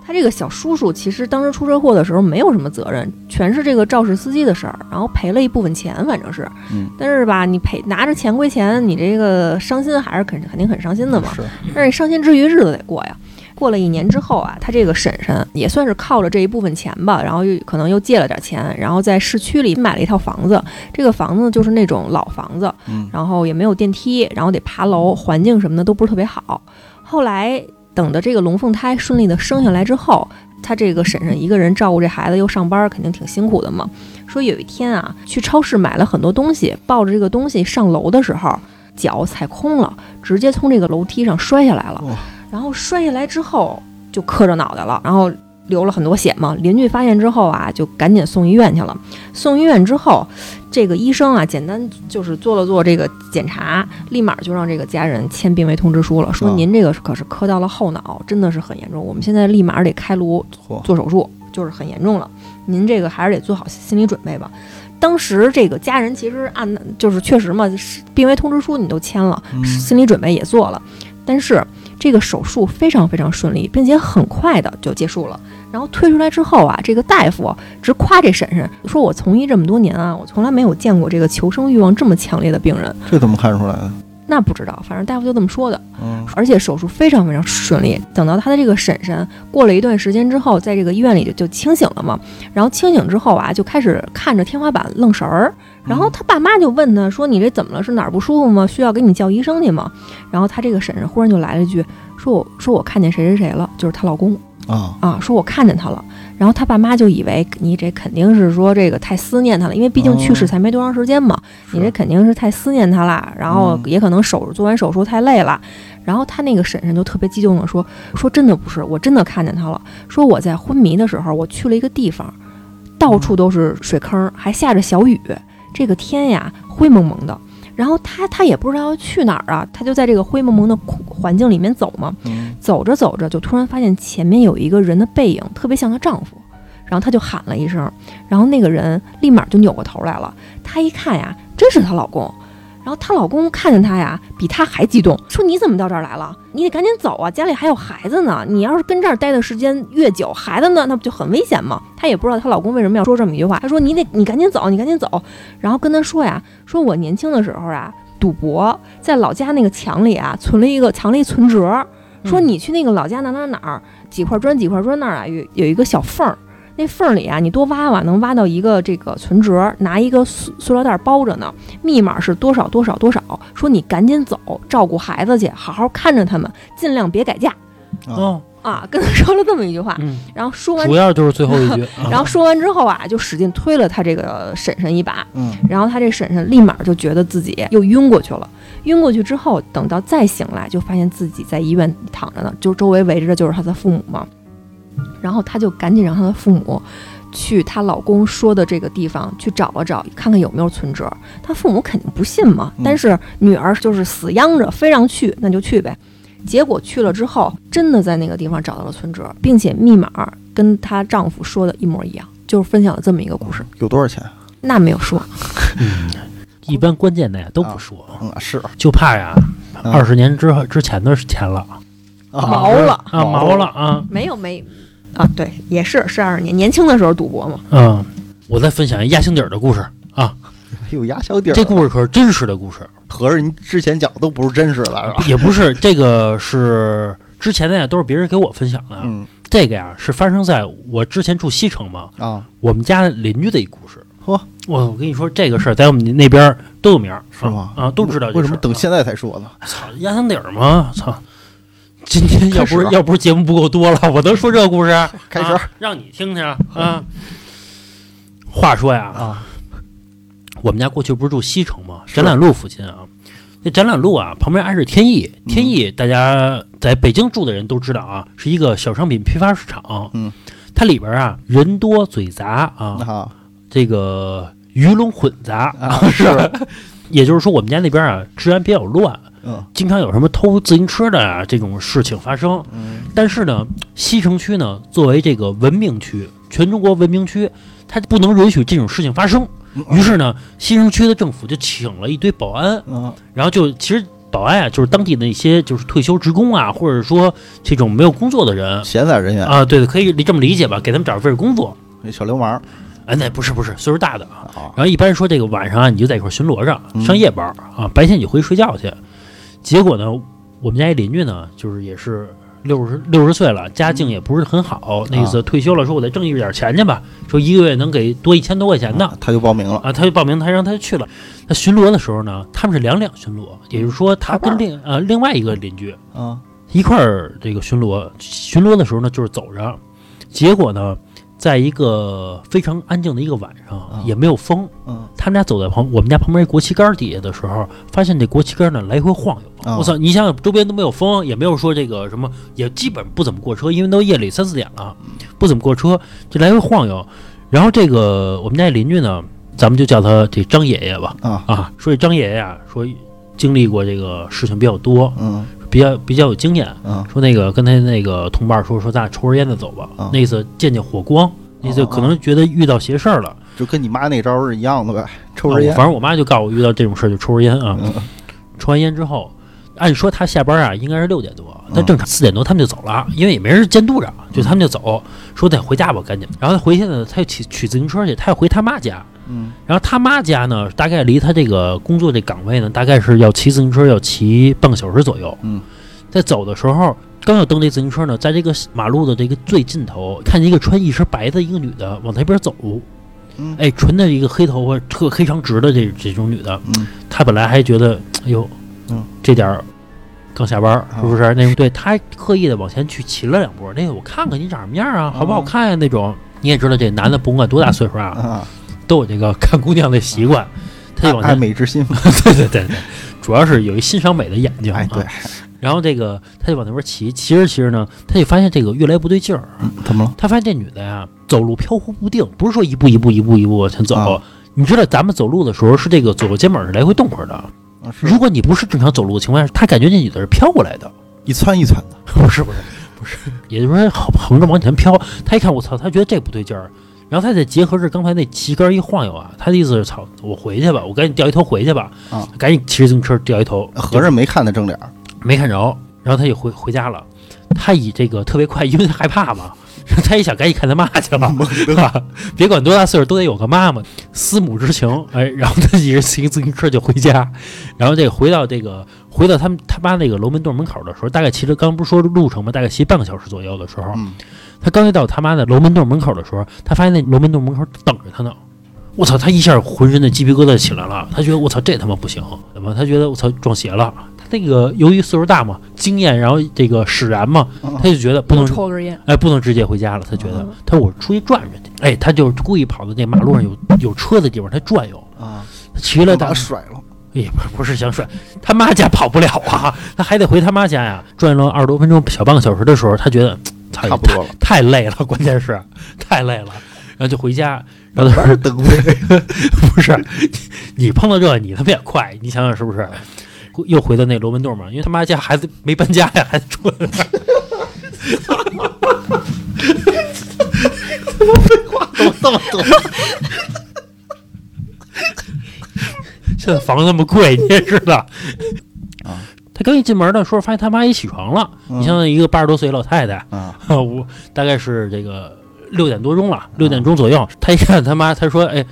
C: 他这个小叔叔其实当时出车祸的时候没有什么责任，全是这个肇事司机的事儿，然后赔了一部分钱，反正是。
B: 嗯
C: 但是吧，你赔拿着钱归钱，你这个伤心还是肯肯定很伤心的嘛。
B: 是，啊
C: 但是伤心之余日子得过呀。过了一年之后啊，他这个婶婶也算是靠着这一部分钱吧，然后又可能又借了点钱，然后在市区里买了一套房子。这个房子就是那种老房子，
B: 嗯
C: 然后也没有电梯，然后得爬楼，环境什么的都不是特别好。后来等着这个龙凤胎顺利的生下来之后，他这个婶婶一个人照顾这孩子又上班，肯定挺辛苦的嘛。说有一天啊，去超市买了很多东西，抱着这个东西上楼的时候，脚踩空了，直接从这个楼梯上摔下来了
B: 哇。
C: 然后摔下来之后就磕着脑袋了，然后流了很多血嘛。邻居发现之后啊，就赶紧送医院去了。送医院之后，这个医生啊，简单就是做了做这个检查，立马就让这个家人签病危通知书了，说
B: 啊
C: 您这个可是磕到了后脑，真的是很严重，我们现在立马得开颅
B: 嚯，
C: 做手术，就是很严重了。您这个还是得做好心理准备吧。当时这个家人其实按就是确实嘛，是病危通知书你都签了，
B: 嗯
C: 心理准备也做了，但是这个手术非常非常顺利，并且很快的就结束了。然后推出来之后啊，这个大夫直夸这婶婶，说我从医这么多年啊，我从来没有见过这个求生欲望这么强烈的病人。
B: 这怎么看出来的？
C: 那不知道，反正大夫就这么说的。
B: 嗯，
C: 而且手术非常非常顺利。等到他的这个婶婶过了一段时间之后，在这个医院里就就清醒了嘛。然后清醒之后啊，就开始看着天花板愣神儿。
B: 嗯
C: 然后他爸妈就问他说：“你这怎么了？是哪儿不舒服吗？需要给你叫医生去吗？”然后他这个婶婶忽然就来了一句：“说我说我看见谁谁谁了，就是她老公。”
B: 啊，
C: 啊，说我看见他了。然后他爸妈就以为你这肯定是说这个太思念他了，因为毕竟去世
B: 哦
C: 才没多长时间嘛，你
B: 是
C: 这肯定是太思念他了。然后
B: 嗯
C: 也可能手做完手术太累了。然后他那个婶婶就特别激动的说：“说真的不是，我真的看见他了。说我在昏迷的时候，我去了一个地方，到
B: 嗯
C: 处都是水坑，还下着小雨。这个天呀，灰蒙蒙的。然后他他也不知道要去哪儿啊，他就在这个灰蒙蒙的空环境里面走嘛。
B: 嗯
C: 走着走着，就突然发现前面有一个人的背影，特别像她丈夫。然后她就喊了一声，然后那个人立马就扭过头来了。她一看呀，真是她老公。然后她老公看见她呀，比她还激动，说：“你怎么到这儿来了？你得赶紧走啊，家里还有孩子呢。你要是跟这儿待的时间越久，孩子呢，那不就很危险吗？”她也不知道她老公为什么要说这么一句话，她说：“你得，你赶紧走，你赶紧走。”然后跟她说呀：“说我年轻的时候啊，赌博在老家那个墙里啊，存了一个藏了一存折，说你去那个老家哪哪哪儿几块砖几块砖那儿啊，有有一个小缝儿，那缝儿里啊，你多挖挖，能挖到一个这个存折，拿一个塑塑料袋包着呢，密码是多少多少多少。说你赶紧走，照顾孩子去，好好看着他们，尽量别改嫁
A: 哦，
C: 啊。跟他说了这么一句话，
A: 嗯，
C: 然后说完
A: 主，要就是最后一句，啊
C: [LAUGHS] 然后说完之后啊，就使劲推了他这个婶婶一把，
B: 嗯，
C: 然后他这婶婶立马就觉得自己又晕过去了，晕过去之后，等到再醒来，就发现自己在医院躺着呢，就周围围着的就是她的父母嘛。然后她就赶紧让她的父母去她老公说的这个地方去找了找，看看有没有存折。她父母肯定不信嘛，
B: 嗯
C: 但是女儿就是死央着，非让去，那就去呗。结果去了之后，真的在那个地方找到了存折，并且密码跟她丈夫说的一模一样，就是分享了这么一个故事。
B: 有多少钱？
C: 那没有说，
A: 一般关键的呀都不说，啊
B: 嗯，是
A: 就怕呀
B: 嗯
A: 二十年之后之前的钱了
C: 毛了。
A: 啊，毛了啊，
C: 没有没啊，对，也是是二十年，年轻的时候赌博嘛。
A: 嗯，我再分享一压箱底儿的故事。
B: 有哎压箱底儿。
A: 这故事可是真实的故事，
B: 合着您之前讲的都不是真实的，是吧？
A: 也不是这个是之前的呀，都是别人给我分享的。
B: 嗯
A: 这个呀是发生在我之前住西城嘛，
B: 啊，
A: 我们家邻居的一故事。
B: 嚯
A: 我我跟你说这个事儿，在我们那边儿都有名儿，
B: 是吗？
A: 啊，都知道这
B: 为
A: 事
B: 什
A: 儿。
B: 么等现在才说呢？
A: 操压箱底儿嘛？操！今天要不
B: 开
A: 是
B: 始啊
A: 要不是节目不够多了，我能说这故事？
B: [LAUGHS] 开始
A: 啊让你听听啊！话说呀，
B: 啊，
A: 我们家过去不是住西城吗？展览路附近啊，那展览路啊旁边挨着天意，
B: 嗯
A: 天意大家在北京住的人都知道啊，是一个小商品批发市场。
B: 嗯，
A: 它里边啊人多嘴杂啊，
B: 啊
A: 这个鱼龙混杂
B: 啊是，
A: [LAUGHS] 也就是说我们家那边啊治安比较乱，
B: 嗯
A: 经常有什么偷自行车的啊这种事情发生。
B: 嗯
A: 但是呢，西城区呢作为这个文明区，全中国文明区，它不能允许这种事情发生。于是呢，西城区的政府就请了一堆保安，
B: 嗯
A: 然后就其实保安啊，就是当地的一些就是退休职工啊，或者说这种没有工作的人
B: 闲散人员，
A: 啊，对对，可以这么理解吧，给他们找份工作。
B: 小流氓
A: 哎，那不是不是，岁数大的啊。
B: 啊，
A: 然后一般说这个晚上啊，你就在一块儿巡逻上，
B: 嗯
A: 上夜班儿啊，白天你就回去睡觉去。结果呢，我们家一邻居呢，就是也是六十六十岁了，家
B: 嗯
A: 境也不是很
B: 啊
A: 好，那意思退休了，说我再挣一点钱去吧，说一个月能给多一千多块钱呢。
B: 他就报名了，
A: 啊，他就报名，他让他去了。那巡逻的时候呢，他们是两两巡逻，也就是说，他跟另呃另外一个邻居
B: 啊
A: 一块儿这个巡逻。巡逻的时候呢，就是走着，结果呢，在一个非常安静的一个晚上
B: 啊，
A: 也没有风，
B: 嗯
A: 他们俩走在旁我们家旁边一国旗杆底下的时候，发现这国旗杆呢来回晃悠。
B: 啊
A: 我操！你想想，周边都没有风，也没有说这个什么，也基本不怎么过车，因为都夜里三四点了，不怎么过车，这来回晃悠。然后这个我们家邻居呢，咱们就叫他这张爷爷吧。
B: 啊
A: 啊，说这张爷爷啊，说经历过这个事情比较多，
B: 嗯
A: 比较比较有经验。
B: 嗯
A: 说那个跟他那个同伴说，说咱俩抽根烟再走吧，
B: 啊
A: 那意思见见火光，那意思
B: 啊啊
A: 可能觉得遇到邪事儿了。
B: 就跟你妈那招是一样的呗，抽
A: 啊
B: 根
A: 我
B: 烟，
A: 反正我妈就告诉我遇到这种事儿就抽根烟啊。
B: 嗯
A: 抽完烟之后，按说她下班啊应该是六点多，
B: 嗯
A: 但正常四点多他们就走了，因为也没人监督着，就他们就走，说得回家吧，赶紧。然后他回去呢，他又骑取自行车去，他又回他妈家。
B: 嗯
A: 然后他妈家呢，大概离他这个工作这岗位呢，大概是要骑自行车要骑半个小时左右。
B: 嗯，
A: 在走的时候，刚要蹬这自行车呢，在这个马路的这个最尽头，看见一个穿一身白的一个女的往那边走。
B: 嗯
A: 哎，纯的一个黑头发、特黑长直的这这种女的，
B: 嗯
A: 她本来还觉得，哎呦，
B: 嗯，
A: 这点儿刚下班儿
B: 啊
A: 是不是？那种对她还刻意的往前去骑了两步，那个我看看你长什么样啊，好不好
B: 啊
A: 看呀、那种。你也知道，这男的甭管多大岁数啊，
B: 啊，
A: 都有这个看姑娘的习惯，他就往
B: 爱
A: [LAUGHS] 前，
B: 美之心嘛，
A: 对对对对，主要是有一欣赏美的眼睛、啊，
B: 哎对，，
A: 然后这个他就往那边骑，骑着骑着呢，他就发现这个越来越不对劲儿，
B: 嗯怎么了？
A: 他发现这女的呀走路飘忽不定，不是说一步一步一步一步往前走。
B: 啊
A: 你知道咱们走路的时候是这个左右肩膀是来回动会儿的，
B: 啊是
A: 如果你不是正常走路的情况下，他感觉这女的是飘过来的，
B: 一窜一窜的，
A: [LAUGHS] 不是不是不是，也就是说横横着往前飘。他一看我操，他觉得这不对劲儿，然后他再结合着刚才那旗杆一晃悠啊，他的意思是操，我回去吧，我赶紧掉一头回去吧，
B: 啊
A: 赶紧骑着自行车掉一头，
B: 合着没看他正脸儿，
A: 没看着，然后他就回回家了。他以这个特别快，因为他害怕嘛， [LAUGHS] 他一想赶紧看他妈去了，对吧？ [LAUGHS] 别管多大岁数，都得有个妈妈，思母之情。哎，然后他骑着骑自行车就回家，然后这个回到这个回到他们他妈那个楼门洞门口的时候，大概骑着刚不是说路程嘛，大概骑半个小时左右的时候，
B: 嗯
A: 他刚一到他妈的楼门洞门口的时候，他发现那楼门洞门口等着他呢。我操！他一下浑身的鸡皮疙瘩起来了，他觉得我操这他妈不行，怎么？他觉得我操撞邪了。他那个由于岁数大嘛，经验然后这个使然嘛，
B: 嗯
A: 他就觉得不能
C: 抽根烟，
A: 哎不能直接回家了。他觉
B: 啊
A: 得
C: 嗯
A: 他说我出去转转去，哎，他就故意跑到那马路上有有车的地方他转悠，
B: 啊，
A: 他骑了
B: 又
A: 大
B: 把甩了，
A: 也不不是想甩，他妈家跑不了啊，他还得回他妈家呀。转了二十多分钟，小半个小时的时候，他觉得操
B: 差不多了，
A: 太累了，关键是太累了，然后就回家。然后他
B: 哪
A: 说
B: 儿蹬的，：“
A: [LAUGHS] 不是，你你碰到这，你他妈也快，你想想是不是？”又回到那罗门洞嘛，因为他妈家孩子没搬家呀，还住在那儿。
B: 这么多，
A: 现在房子那么贵，你也知道。
B: 啊，嗯
A: 他刚一进门的时候，发现他妈也起床了。你像一个八十多岁老太太，
B: 啊，
A: [LAUGHS] 啊，我大概是这个六点多钟了，六点钟左右，他一看他妈，他说：“哎，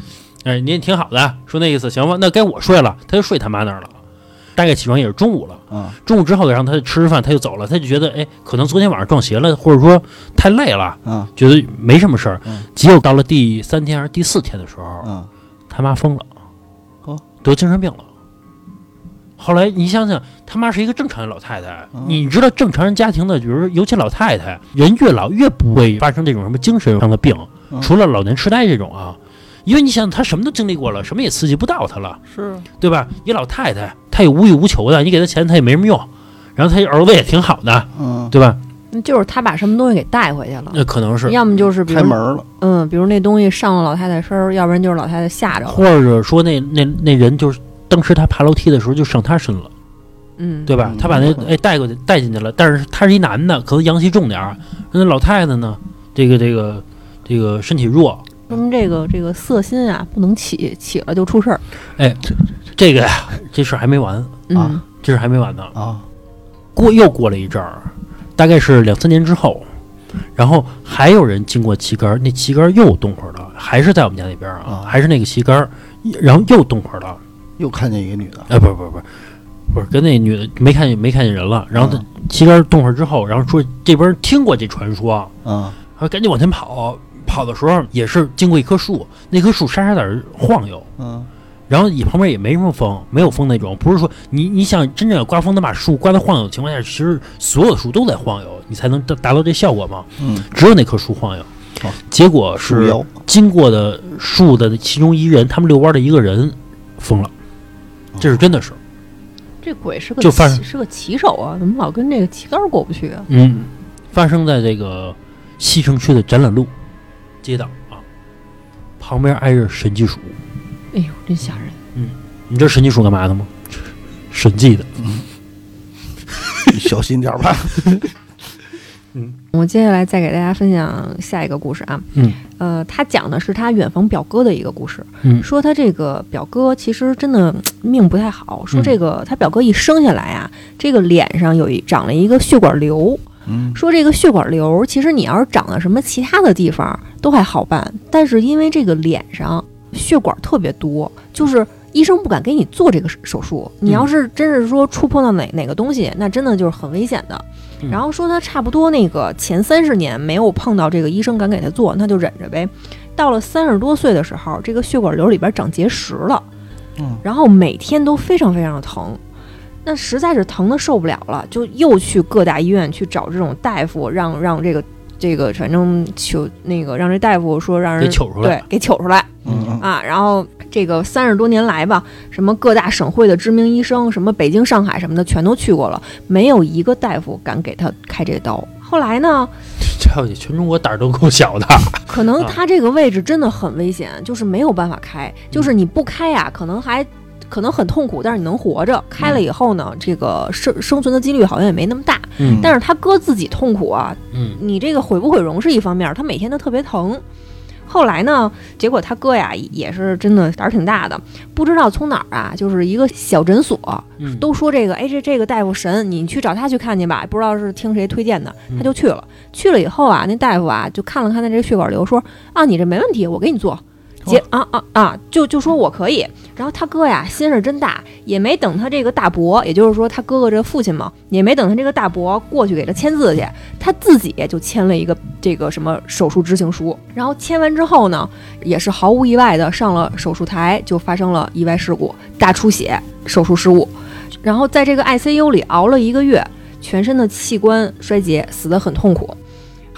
A: 哎，您挺好的，说那意思行吧，那该我睡了。”他就睡他妈那儿了。大概起床也是中午了，
B: 嗯
A: 中午之后然后他吃吃饭，他就走了。他就觉得，哎，可能昨天晚上撞邪了，或者说太累了，
B: 嗯
A: 觉得没什么事儿
B: 嗯。
A: 结果到了第三天还是第四天的时候，
B: 嗯，
A: 他妈疯了
B: 哦，
A: 得精神病了。后来你想想，他妈是一个正常人老太太
B: 嗯，
A: 你知道正常人家庭的，比如尤其老太太，人越老越不会发生这种什么精神上的病，
B: 嗯
A: 除了老年痴呆这种啊。因为你想他什么都经历过了，什么也刺激不到他了，
B: 是
A: 对吧？一老太太，她也无欲无求的，你给她钱她也没什么用，然后她儿子也挺好的，
B: 嗯，
A: 对吧？
C: 那就是他把什么东西给带回去了，
A: 那可能是，
C: 要么就是比如
B: 开门了，
C: 嗯，比如那东西上了老太太身儿，要不然就是老太太吓着了，
A: 或者说那那那人就是当时他爬楼梯的时候就上他身了，
C: 嗯，
A: 对吧
B: 嗯？
A: 他把那
B: 有可能
A: 哎带过去带进去了，但是他是一男的，可能阳气重点儿，那老太太呢，这个这个这个身体弱，
C: 说明这个这个色心啊不能起，起了就出事儿，
A: 这个呀这事儿还没完，
C: 嗯、
B: 啊
A: 这事儿还没完呢。
B: 啊，
A: 过又过了一阵儿，大概是两三年之后，然后还有人经过旗杆儿，那旗杆儿又动会儿了，还是在我们家那边儿啊
B: 啊，
A: 还是那个旗杆儿，然后又动会儿了，
B: 又看见一个女的，
A: 哎，不是不是不是不是跟那女的没看见没看见人了，然
B: 啊
A: 后他旗杆儿动会儿之后，然后说这边儿听过这传说，
B: 啊
A: 然后赶紧往前跑，跑的时候也是经过一棵树，那棵树沙沙在那儿晃悠。
B: 嗯
A: 然后也旁边也没什么风，没有风那种，不是说你你想真正要刮风能把树刮得晃悠的情况下，其实所有的树都在晃悠，你才能达达到这效果嘛。
B: 嗯，
A: 只有那棵树晃悠
B: 哦，
A: 结果
B: 树
A: 是
B: 妖
A: 经过的树的其中一人，他们遛弯的一个人疯了，
B: 哦
A: 这是真的是，
C: 这鬼是个
A: 就发
C: 骑是个骑手啊，怎么老跟这个旗杆儿过不去啊？
A: 嗯，发生在这个西城区的展览路街道啊，旁边挨着神奇鼠，
C: 哎呦，真吓人！
A: 你知道神奇鼠干嘛的吗？审计的，
B: [LAUGHS] 你小心点儿吧，
C: 我接下来再给大家分享下一个故事啊，
A: 嗯，
C: 呃，他讲的是他远房表哥的一个故事，
A: 嗯
C: 说他这个表哥其实真的嗯命不太好，
A: 嗯
C: 说这个他表哥一生下来啊，这个脸上有一长了一个血管瘤，
B: 嗯
C: 说这个血管瘤其实你要是长到什么其他的地方都还好办，但是因为这个脸上血管特别多，就是。医生不敢给你做这个手手术，你要是真是说触碰到哪哪个东西，那真的就是很危险的。
A: 嗯
C: 然后说他差不多那个前三十年没有碰到这个医生敢给他做，那就忍着呗。到了三十多岁的时候，这个血管瘤里边长结石了，
B: 嗯
C: 然后每天都非常非常的疼，那实在是疼的受不了了，就又去各大医院去找这种大夫，让让这个这个反正求那个让这大夫说让人
A: 给糗出来，
C: 对给糗出来。
B: 嗯
C: 啊，然后这个三十多年来吧，什么各大省会的知名医生，什么北京、上海什么的，全都去过了，没有一个大夫敢给他开这刀。后来呢，
A: 这要得全中国胆儿都够小的，
C: 可能
A: 啊
C: 他这个位置真的很危险，就是没有办法开，就是你不开呀、可能还可能很痛苦，但是你能活着。开了以后呢，这个生生存的几率好像也没那么大。
A: 嗯
C: 但是他哥自己痛苦啊，
A: 嗯
C: 你这个毁不毁容是一方面，他每天都特别疼。后来呢，结果他哥呀也是真的胆儿挺大的，不知道从哪儿啊，就是一个小诊所，
A: 嗯
C: 都说这个，哎，这这个大夫神，你去找他去看去吧。不知道是听谁推荐的，
A: 嗯
C: 他就去了。去了以后啊，那大夫啊就看了看他这个血管瘤，说啊，你这没问题，我给你做。
A: 哦
C: 结啊啊啊，就就说我可以。然后他哥呀，心是真大，也没等他这个大伯，也就是说他哥哥这父亲嘛，也没等他这个大伯过去给他签字去，他自己就签了一个这个什么手术执行书。然后签完之后呢，也是毫无意外的上了手术台，就发生了意外事故，大出血，手术失误。然后在这个 ICU 里熬了一个月，全身的器官衰竭，死得很痛苦。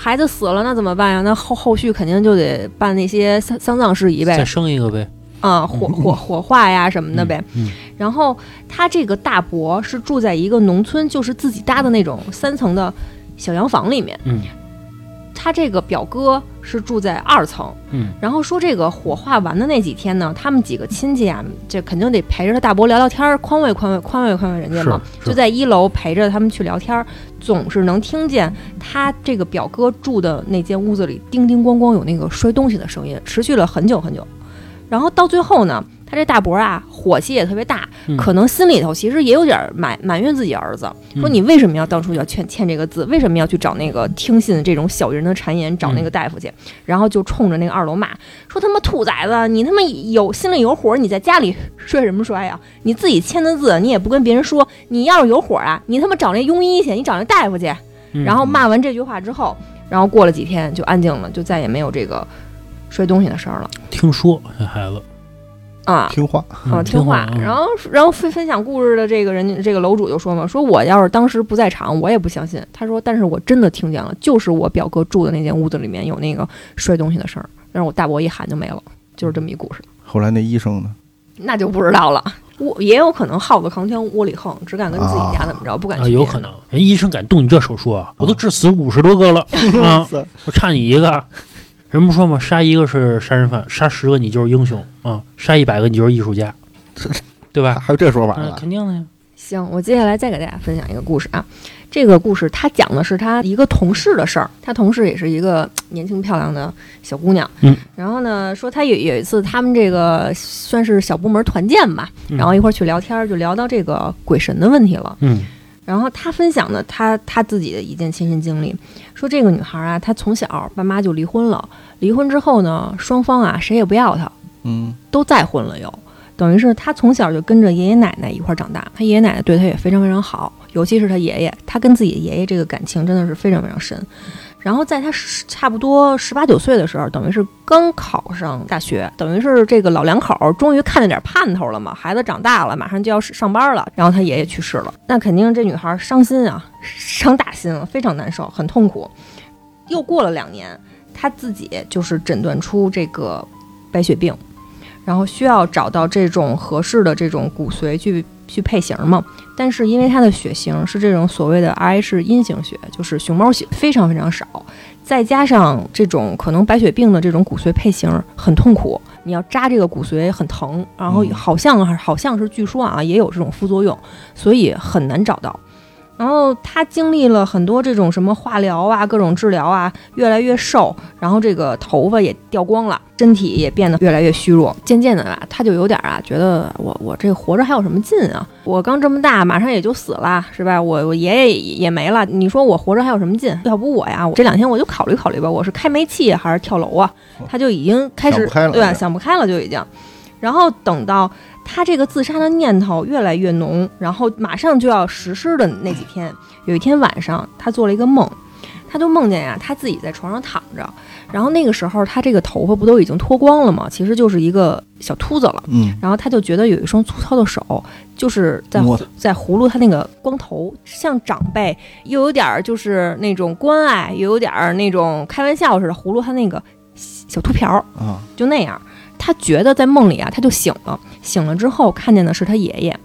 C: 孩子死了，那怎么办呀？那后后续肯定就得办那些丧丧葬事宜
A: 再
C: 呗，
A: 生一个呗，
C: 啊、火火火化呀什么的呗。
A: 嗯，
C: 然后他这个大伯是住在一个农村，就是自己搭的那种三层的小洋房里面。
A: 嗯，
C: 他这个表哥是住在二层。
A: 嗯，
C: 然后说这个火化完的那几天呢，他们几个亲戚啊，这肯定得陪着他大伯聊聊天儿，宽慰宽慰宽慰宽慰人家嘛。
A: 是是
C: 就在一楼陪着他们去聊天儿，总是能听见他这个表哥住的那间屋子里叮叮咣咣有那个摔东西的声音，持续了很久很久。然后到最后呢，他这大伯啊，火气也特别大，
A: 嗯
C: 可能心里头其实也有点儿埋埋怨自己儿子，
A: 嗯
C: 说你为什么要当初要欠欠这个字，为什么要去找那个听信这种小人的谗言
A: 嗯
C: 找那个大夫去，然后就冲着那个二楼骂，说他妈兔崽子，你他妈有心里有火，你在家里摔什么摔呀、你自己签的字，你也不跟别人说，你要是有火啊，你他妈找那庸医去，你找那大夫去。
A: 嗯
C: 然后骂完这句话之后，然后过了几天就安静了，就再也没有这个摔东西的事儿了
A: 听说这孩子，
C: 啊。
B: 听话，
C: 啊，
A: 嗯
C: 哦听话。
A: 啊
C: 然后，然后分分享故事的这个人家，这个楼主就说嘛，说我要是当时不在场，我也不相信。他说，但是我真的听见了，就是我表哥住的那间屋子里面有那个摔东西的声儿，但是我大伯一喊就没了。就是这么一故事。
B: 后来那医生 [LAUGHS] 呢？
C: 那就不知道了。我也有可能耗子扛枪窝里横，只敢跟自己家怎么着，不敢去、
A: 啊，有可。能人医生敢动你这手术
C: 嗯
A: 啊，我都致死五十多个了啊，我差你一个。人不说吗？杀一个是杀人犯，杀十个你就是英雄啊，杀一百个你就是艺术
C: [LAUGHS]
A: 家，对吧？
B: [LAUGHS] 还有这说法
A: 嗯，
B: 呢？
A: 肯定的呀。
C: 行，我接下来再给大家分享一个故事啊。这个故事它讲的是他一个同事的事儿，他同事也是一个年轻漂亮的小姑娘。
A: 嗯，
C: 然后呢，说他有有一次他们这个算是小部门团建吧，
A: 嗯
C: 然后一块儿去聊天儿，就聊到这个鬼神的问题了。
A: 嗯
C: 然后她分享的她她自己的一件亲身经历，说这个女孩啊，她从小爸妈就离婚了，离婚之后呢，双方啊谁也不要她，
B: 嗯，
C: 都再婚了又，等于是她从小就跟着爷爷奶奶一块儿长大，她爷爷奶奶对她也非常非常好，尤其是她爷爷，她跟自己爷爷这个感情真的是非常非常深。然后在她十差不多十八九岁的时候，等于是刚考上大学，等于是这个老两口儿终于看见点盼头了嘛，孩子长大了，马上就要上班了，然后她爷爷去世了，那肯定这女孩儿伤心啊，伤大心了，非常难受，很痛苦。又过了两年，她自己就是诊断出这个白血病，然后需要找到这种合适的这种骨髓去去配型嘛。但是因为她的血型是这种所谓的 Rh 阴型血，就是熊猫血，非常非常少，再加上这种可能白血病的这种骨髓配型很痛苦，你要扎这个骨髓很疼，然后
B: 嗯
C: 好像好像是据说啊也有这种副作用，所以很难找到。然后她经历了很多这种什么化疗啊、各种治疗啊，越来越瘦，然后这个头发也掉光了，身体也变得越来越虚弱。渐渐的吧，她就有点啊，觉得我我这活着还有什么劲啊？我刚这么大，马上也就死了，是吧？我我爷爷也也没了，你说我活着还有什么劲？要不我呀，我这两天我就考虑考虑吧，我是开煤气还是跳楼啊？她就已经开
B: 想
C: 始
B: 不开了
C: 对啊
B: 有点
C: 想不开了，就已经。然后等到她这个自杀的念头越来越浓，然后马上就要实施的那几天，有一天晚上，她做了一个梦，她就梦见呀、她自己在床上躺着，然后那个时候她这个头发不都已经脱光了吗？其实就是一个小秃子了。
B: 嗯，
C: 然后她就觉得有一双粗糙的手，就是在
B: 摸她
C: 在葫芦她那个光头，像长辈，又有点儿就是那种关爱，又有点儿那种开玩笑似的，葫芦她那个小秃瓢儿，
B: 啊，
C: 就那样。他觉得在梦里啊，他就醒了，醒了之后看见的是他爷爷，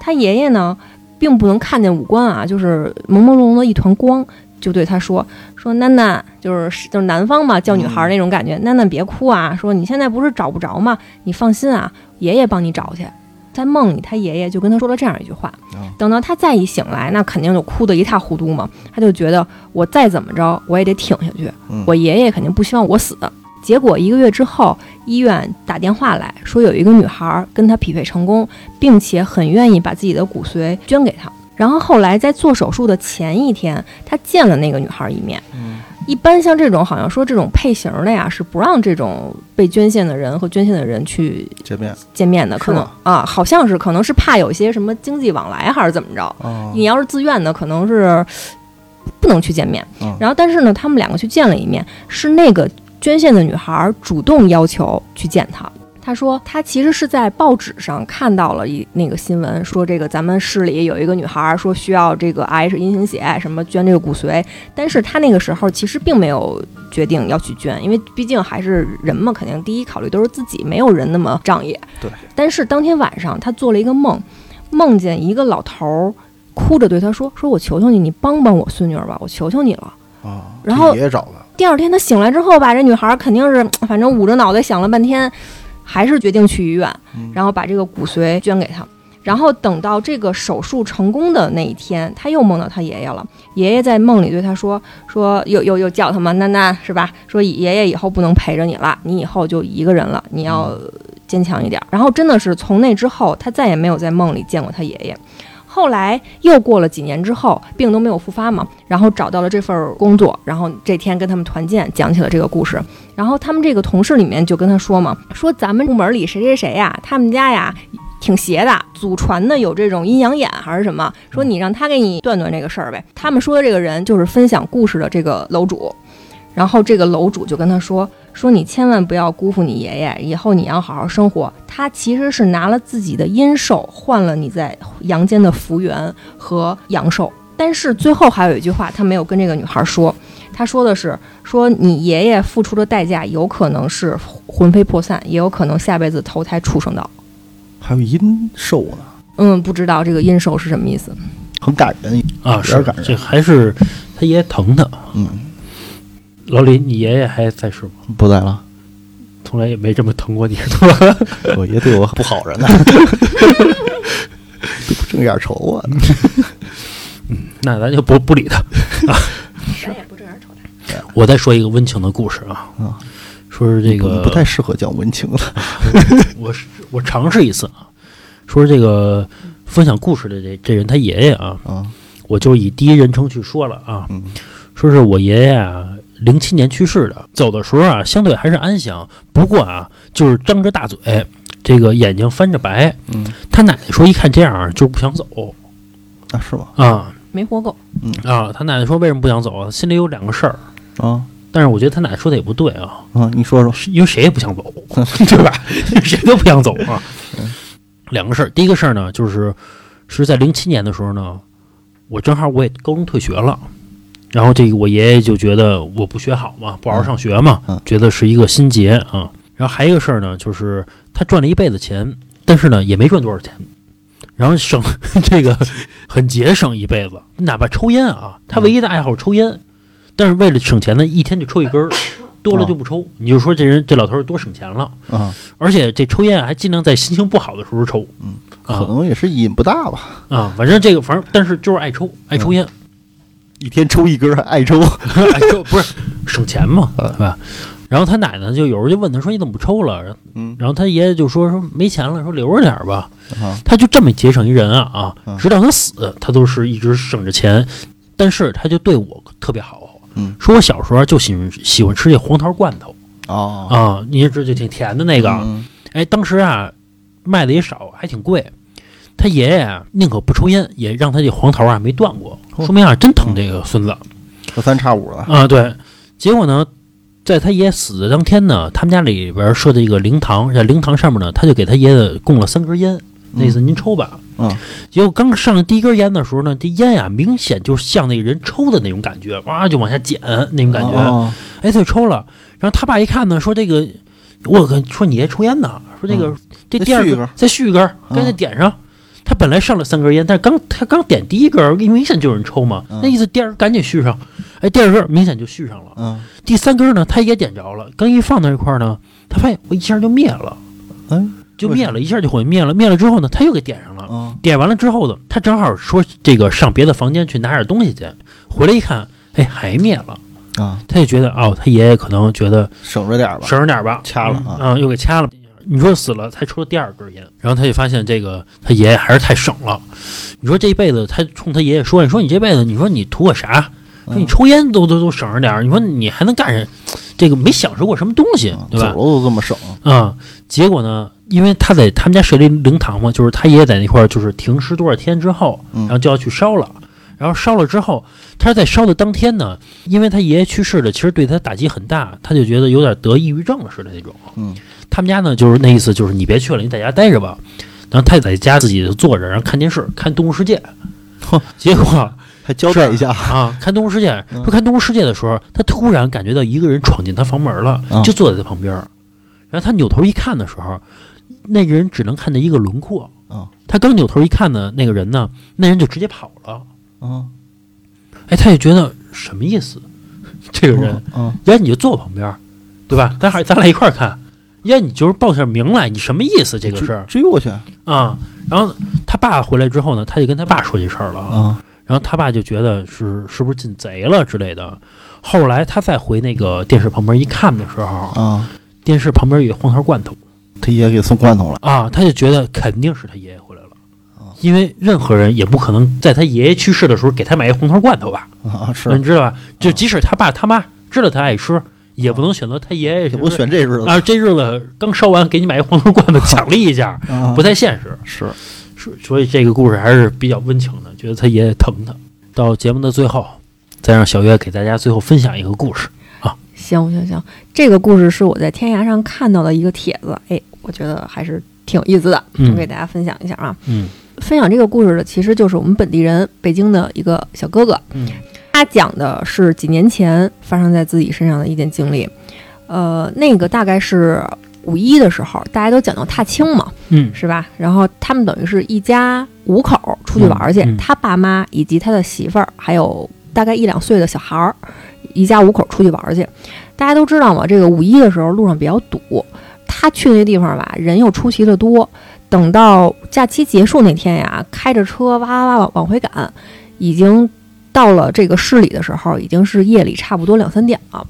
C: 他爷爷呢，并不能看见五官啊，就是朦朦胧胧的一团光，就对他说说囡囡，就是就是南方嘛，叫女孩那种感觉，囡囡别哭啊，说你现在不是找不着吗？你放心啊，爷爷帮你找去。在梦里，他爷爷就跟他说了这样一句话
B: 啊。
C: 等到他再一醒来，那肯定就哭得一塌糊涂嘛。他就觉得我再怎么着，我也得挺下去
B: 嗯。
C: 我爷爷肯定不希望我死。结果一个月之后，医院打电话来说有一个女孩儿跟他匹配成功，并且很愿意把自己的骨髓捐给他。然后后来在做手术的前一天，他见了那个女孩儿一面。
B: 嗯
C: 一般像这种好像说这种配型的呀，是不让这种被捐献的人和捐献的人去
B: 见面
C: 见面的，
B: 是
C: 可能
B: 吗
C: 啊，好像是可能是怕有些什么经济往来还是怎么着。
B: 啊
C: 你要是自愿的，可能是不能去见面。
B: 嗯
C: 然后，但是呢，他们两个去见了一面，是那个捐献的女孩主动要求去见他。她说，她其实是在报纸上看到了一那个新闻，说这个咱们市里有一个女孩说需要这个 H 阴型血，什么捐这个骨髓，但是她那个时候其实并没有决定要去捐，因为毕竟还是人嘛，肯定第一考虑都是自己，没有人那么仗义。
B: 对。
C: 但是当天晚上，她做了一个梦，梦见一个老头儿哭着对她说：“说我求求你，你帮帮我孙女儿吧，我求求你了。”
B: 啊，
C: 然后
B: 这也找了，
C: 第二天他醒来之后吧，这女孩肯定是嗯反正捂着脑袋想了半天，还是决定去医院，
B: 嗯
C: 然后把这个骨髓捐给他。然后等到这个手术成功的那一天，他又梦到他爷爷了。爷爷在梦里对他说：“说又又又叫他嘛，囡囡是吧？说爷爷以后不能陪着你了，你以后就一个人了，你要坚强一点。”然后真的是从那之后，他再也没有在梦里见过他爷爷。后来又过了几年之后，病都没有复发嘛，然后找到了这份儿工作，然后这天跟他们团建，讲起了这个故事。然后他们这个同事里面就跟他说嘛，说咱们部门里谁谁谁呀、他们家呀挺邪的，祖传的有这种阴阳眼还是什么，说你让他给你断断这个事儿呗。他们说的这个人就是分享故事的这个楼主，然后这个楼主就跟他说。说你千万不要辜负你爷爷，以后你要好好生活。他其实是拿了自己的阴寿换了你在阳间的福缘和阳寿，但是最后还有一句话他没有跟这个女孩说，他他说的是说你爷爷付出的代价有可能是魂飞魄散，也有可能下辈子投胎畜生道。
B: 还有阴寿呢，
C: 嗯，不知道这个阴寿是什么意思。
B: 很感人。
A: 啊，
B: 有
A: 是
B: 点感人
A: 这还是他爷爷疼他。
B: 嗯，
A: 老李，你爷爷还在世吗？
B: 不在了，
A: 从来也没这么疼过你， [LAUGHS] 是吧？
B: 我爷对我不好
A: [LAUGHS]
B: 着呢，都不正眼瞅我呢。
A: 那咱就不不理他。
C: 咱也不正眼瞅他。
A: 我再说一个温情的故事啊，
B: 啊
A: 说是这个
B: 不太适合讲文情了。
A: 我是我尝试一次啊，说这个分享故事的这这人他爷爷啊，
B: 啊，
A: 我就以第一人称去说了啊，
B: 嗯
A: 说是我爷爷啊，零七年去世的，走的时候啊，相对还是安详，不过啊，就是张着大嘴，这个眼睛翻着白。
B: 嗯，
A: 他奶奶说一看这样啊就不想走
B: 那是吗？
A: 啊
C: 没活够，
A: 啊，他奶奶说为什么不想走啊？心里有两个事儿，
B: 啊
A: 但是我觉得他奶奶说的也不对啊，
B: 啊，你说说。
A: 是因为谁也不想走，对吧？谁都不想走啊。两个事儿，第一个事儿呢，就是是在零七年的时候呢，我正好我也高中退学了，然后这个我爷爷就觉得我不学好嘛，不好好上学嘛，
B: 嗯
A: 觉得是一个心结啊。然后还有一个事儿呢，就是他赚了一辈子钱，但是呢也没赚多少钱，然后省这
B: [LAUGHS]
A: 个很节省一辈子，哪怕抽烟啊，他唯一的爱好是抽
B: 嗯
A: 烟，但是为了省钱呢，一天就抽一根儿，
B: [COUGHS]
A: 多了就不抽。你就说这人这老头儿多省钱了，
B: 啊，
A: 而且这抽烟还尽量在心情不好的时候抽，
B: 嗯，可
A: 啊
B: 能也是瘾不大吧，
A: 啊，反正这个反正但是就是爱抽，爱抽烟，
B: 一天抽一根，嗯 [LAUGHS] 爱抽。
A: 爱抽不是 [LAUGHS] 省钱嘛，
B: 嗯
A: 对吧？然后他奶奶就有时候就问他说你怎么不抽了？
B: 嗯
A: 然后他爷爷就说说没钱了，说留着点儿吧。
B: 啊，
A: 他就这么节省一人啊啊，
B: 嗯
A: 直到他死，他都是一直省着钱，但是他就对我特别好，
B: 嗯
A: 说我小时候就喜欢喜欢吃这黄桃罐头
B: 哦，嗯
A: 啊，你也知道就挺甜的那
B: 那
A: 个，哎，当时啊卖的也少，还挺贵。他爷爷啊，宁可不抽烟，也让他这黄桃啊没断过，
B: 哦
A: 说明啊真疼这个孙子
B: 隔三差五的。
A: 啊。对，结果呢，在他爷爷死的当天呢，他们家里边设的一个灵堂，在灵堂上面呢，他就给他爷爷供了三根烟，那意思您抽吧。
B: 嗯
A: 结果刚上第一根烟的时候呢，这烟呀、明显就像那个人抽的那种感觉，哇就往下减那种感觉。
B: 哦
A: 哎，他就抽了。然后他爸一看呢，说这个，我跟说你爷抽烟呢，说这个、这
B: 嗯再
A: 第二
B: 续一
A: 个
B: 根
A: 再续一根儿，赶紧
B: 嗯
A: 点上。他本来上了三根烟，但是刚他刚点第一根儿，明显就有人抽嘛，那
B: 嗯
A: 意思第二根赶紧续上。哎，第二根明显就续上了，
B: 嗯，
A: 第三根呢他也点着了，刚一放那块儿呢，他发现我一下就灭了，
B: 哎，
A: 就
B: 为
A: 灭
B: 什
A: 了，一下就火灭了，灭了之后呢，他又给点上了。
B: 啊
A: 点完了之后呢，他正好说这个上别的房间去拿点东西去，回来一看，哎，还灭了。
B: 啊，
A: 他就觉得哦，他爷爷可能觉得
B: 省着点吧。
A: 省着点儿吧，
B: 掐了啊
A: 嗯，又给掐了。你说死了才抽了第二根烟，然后他就发现这个他爷爷还是太省了。你说这一辈子，他冲他爷爷说：“你说你这辈子，你说你图个啥？说你
B: 嗯
A: 抽烟都都都省着点儿，你说你还能干人，这个没享受过什么东西
B: 啊，
A: 对吧
B: 走了都这么省，
A: 啊、结果呢，因为他在他们家设立灵堂嘛，就是他爷爷在那块儿就是停尸多少天之后，
B: 嗯
A: 然后就要去烧了。然后烧了之后，他在烧的当天呢，因为他爷爷去世了，其实对他打击很大，他就觉得有点得抑郁症了似的那种。
B: 嗯，
A: 他们家呢就是那意思，就是你别去了，你在家待着吧。然后他在家自己就坐着，然后看电视，看《动物世界》
B: [LAUGHS] 嚯。
A: 结
B: [LAUGHS]
A: 果
B: 还交代一下
A: 啊，看《动物世界》，
B: 嗯
A: 说看《动物世界》的时候，他突然感觉到一个人闯进他房门了，
B: 啊
A: 就坐在他旁边儿。然后他扭头一看的时候，那个人只能看见一个轮廓。
B: 啊
A: 他刚扭头一看呢，那个人呢，那人就直接跑了。
B: 啊，
A: 哎，他就觉得什么意思？ [LAUGHS] 这个人，
B: 啊，
A: 要你就坐我旁边儿，对吧？咱还咱俩一块儿看。要你就是报下名来，你什么意思？这个事儿
B: 追追过去啊
A: 啊、然后他爸回来之后呢，他就跟他爸说这事儿了
B: 哦
A: 啊。然后他爸就觉得是是不是进贼了之类的。后来他再回那个电视旁边一看的时候，
B: 啊，
A: 电视旁边有黄桃罐头
B: 他爷给送罐头了
A: 啊，他就觉得肯定是他爷爷回来了
B: 哦，
A: 因为任何人也不可能在他爷爷去世的时候给他买一黄桃罐头吧？
B: 啊，是
A: 你知道吧？就即使他爸他妈知道他爱吃，也不能选择他爷爷
B: 也不选这日子
A: 啊，这日子刚烧完，给你买一黄桃罐头奖励一下，
B: 啊
A: 不太现实。
B: 是
A: 所所以这个故事还是比较温情的，觉得他爷爷疼他。到节目的最后，再让小月给大家最后分享一个故事。
C: 行行行，这个故事是我在天涯上看到的一个帖子，哎，我觉得还是挺有意思的，
A: 嗯
C: 我给大家分享一下啊。
A: 嗯
C: 分享这个故事的其实就是我们本地人，北京的一个小哥哥。
A: 嗯
C: 他讲的是几年前发生在自己身上的一件经历，呃，那个大概是五一的时候，大家都讲究踏青嘛，
A: 嗯
C: 是吧？然后他们等于是一家五口出去玩儿去，
A: 嗯嗯
C: 他爸妈以及他的媳妇儿，还有大概一两岁的小孩儿，一家五口出去玩儿去。大家都知道嘛，这个五一的时候路上比较堵，他去那地方吧，人又出奇的多。等到假期结束那天呀，开着车哇哇哇往往回赶，已经到了这个市里的时候，已经是夜里差不多两三点了，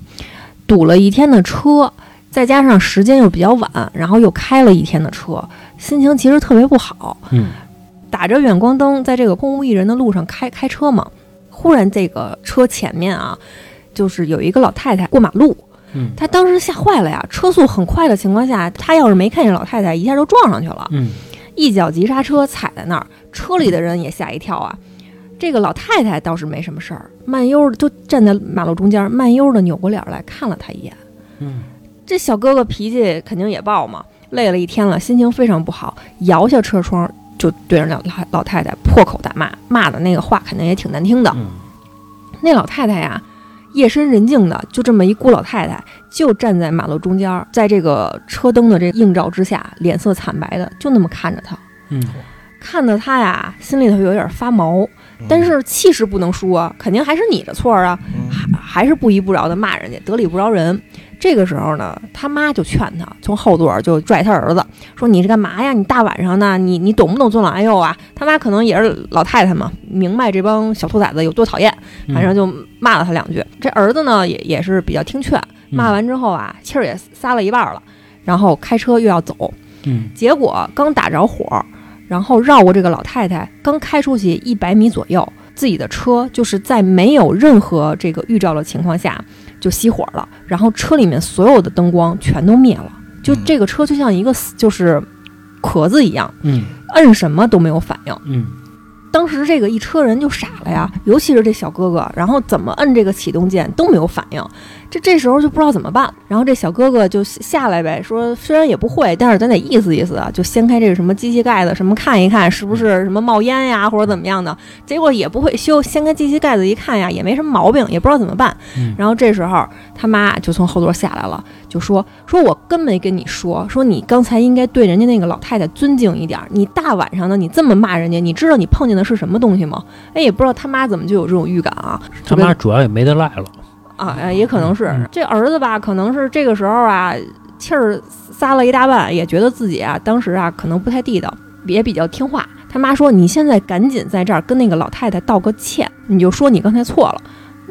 C: 堵了一天的车，再加上时间又比较晚，然后又开了一天的车，心情其实特别不好。
A: 嗯
C: 打着远光灯，在这个空无一人的路上开开车嘛，忽然这个车前面啊，就是有一个老太太过马路，
A: 嗯
C: 她当时吓坏了呀，车速很快的情况下，她要是没看见老太太，一下就撞上去了，
A: 嗯
C: 一脚急刹车踩在那儿，车里的人也吓一跳啊。这个老太太倒是没什么事儿，慢悠的就站在马路中间，慢悠的扭过脸来看了她一眼。
A: 嗯
C: 这小哥哥脾气肯定也爆嘛，累了一天了，心情非常不好，摇下车窗就对着那老太老太太破口大骂，骂的那个话肯定也挺难听的。
A: 嗯
C: 那老太太呀，夜深人静的，就这么一孤老太太，就站在马路中间儿，在这个车灯的这映照之下，脸色惨白的，就那么看着他，
A: 嗯
C: 看得他呀，心里头有点发毛，但是气势不能输啊，肯定还是你的错儿啊，还是不依不饶的骂人家，得理不饶人。这个时候呢，他妈就劝他，从后座儿就拽他儿子说：“你是干嘛呀？你大晚上的，你你懂不懂尊老爱幼啊？”他妈可能也是老太太嘛，明白这帮小兔崽子有多讨厌，
A: 嗯
C: 反正就骂了他两句。这儿子呢，也也是比较听劝，骂完之后啊，气儿也撒了一半儿了，然后开车又要走，
A: 嗯
C: 结果刚打着火，然后绕过这个老太太，刚开出去一百米左右，自己的车就是在没有任何这个预兆的情况下就熄火了，然后车里面所有的灯光全都灭了，就
B: 嗯
C: 这个车就像一个死就是壳子一样，
A: 嗯
C: 摁什么都没有反应。
A: 嗯
C: 当时这个一车人就傻了呀，尤其是这小哥哥，然后怎么摁这个启动键都没有反应，这这时候就不知道怎么办。然后这小哥哥就下来呗，说虽然也不会，但是咱得意思意思啊，就掀开这个什么机器盖子，什么看一看是不是什么冒烟呀或者怎么样的。结果也不会修，掀开机器盖子一看呀，也没什么毛病，也不知道怎么办。
A: 嗯
C: 然后这时候他妈就从后座下来了，就说说我跟没跟你说，说你刚才应该对人家那个老太太尊敬一点儿，你大晚上的你这么骂人家，你知道你碰见的是什么东西吗？哎，也不知道他妈怎么就有这种预感啊，
A: 他妈主要也没得赖了，
C: 啊，哎也可能是
A: 嗯
C: 这儿子吧，可能是这个时候啊，气儿撒了一大半，也觉得自己啊，当时啊可能不太地道，也比较听话。他妈说：“你现在赶紧在这儿跟那个老太太道个歉，你就说你刚才错了。”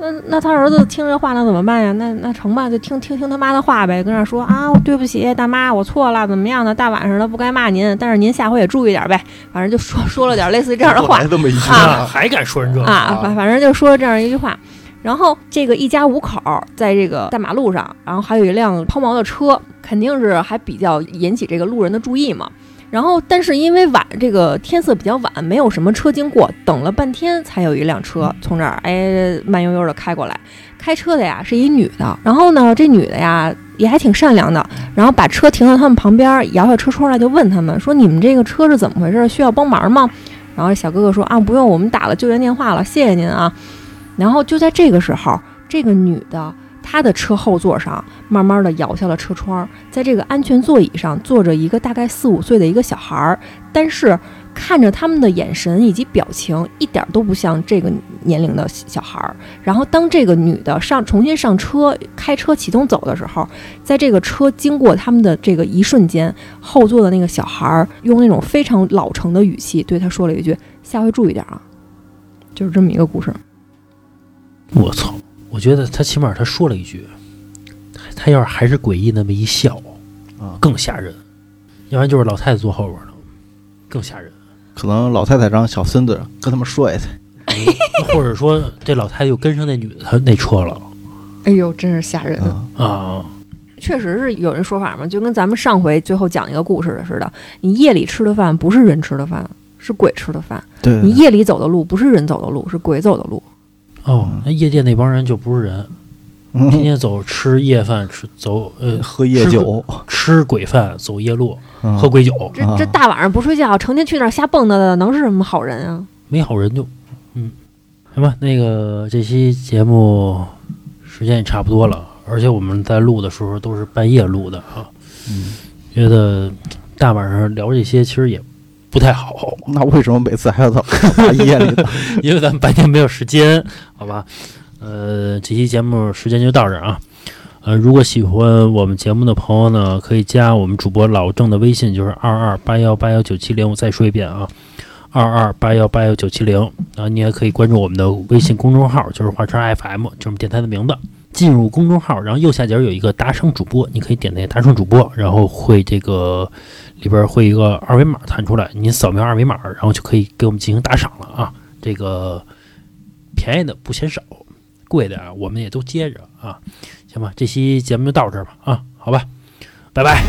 C: 那那他儿子听这话，那怎么办呀？那那成吧，就听听听他妈的话呗，跟那说啊，对不起，大妈，我错了，怎么样呢？大晚上的不该骂您，但是您下回也注意点呗。反正就说说了点类似于这
A: [LAUGHS]
C: 样的话，
B: 这么一句
C: 啊
A: 还敢说人这
C: 啊
B: 啊，
C: 反反正就说了这样一句话。然后这个一家五口儿在这个大马路上，然后还有一辆抛锚的车，肯定是还比较引起这个路人的注意嘛。然后，但是因为晚这个天色比较晚，没有什么车经过，等了半天才有一辆车从这儿哎慢悠悠的开过来。开车的呀是一女的，然后呢这女的呀也还挺善良的，然后把车停到他们旁边儿，摇下车窗来就问他们说：“你们这个车是怎么回事？需要帮忙吗？”然后小哥哥说啊，不用，我们打了救援电话了，谢谢您啊。然后就在这个时候，这个女的她的车后座上慢慢的摇下了车窗，在这个安全座椅上坐着一个大概四五岁的一个小孩儿，但是看着他们的眼神以及表情，一点都不像这个年龄的小孩儿。然后当这个女的上重新上车，开车启动走的时候，在这个车经过他们的这个一瞬间，后座的那个小孩儿用那种非常老成的语气对他说了一句：“下回注意点啊。”就是这么一个故事。
A: 我操！我觉得他起码他说了一句，他他要是还是诡异那么一笑，
B: 啊，
A: 更吓人。要不然就是老太太坐后边呢，更吓 [LAUGHS] 人。
B: 可能老太太让小孙子跟他们说一下，
A: 或者说这老太太又跟上那女的她那车了
C: 哎呦，真是吓人！
B: 啊，
A: 啊！
C: 确实是有人说法嘛，就跟咱们上回最后讲一个故事的似的，你夜里吃的饭不是人吃的饭，是鬼吃的饭；
B: 对
C: 你夜里走的路不是人走的路，是鬼走的路。
A: 哦，那夜店那帮 [LAUGHS] 人就不是人，天 [LAUGHS]
B: 嗯
A: 天走吃夜饭，吃走呃
B: 喝夜酒，
A: 吃吃鬼饭，走夜路，
B: 嗯
A: 喝鬼酒，
C: 这这大晚上不睡觉，成天去那儿瞎蹦跶的，能是什么好人啊？
A: 没好人就，嗯，行吧，那个这期节目时间也差不多了，而且我们在录的时候都是半夜录的啊，
B: 嗯
A: 觉得大晚上聊这些其实也不太好，
B: 那为什么每次还要到 [LAUGHS] 大夜里呢？
A: 因为咱们白天没有时间，好吧？呃，这期节目时间就到这儿啊。呃，如果喜欢我们节目的朋友呢，可以加我们主播老郑的微信，就是二二八幺八幺九七零。我再说一遍啊，二二八幺八幺九七零。然后你也可以关注我们的微信公众号，就是华晨 FM，就是我们电台的名字。进入公众号，然后右下角有一个打赏主播，你可以点那个打赏主播，然后会这个里边会一个二维码弹出来，你扫描二维码，然后就可以给我们进行打赏了啊。这个便宜的不嫌少，贵的啊我们也都接着啊，行吧，这期节目就到这儿吧啊，好吧，拜拜。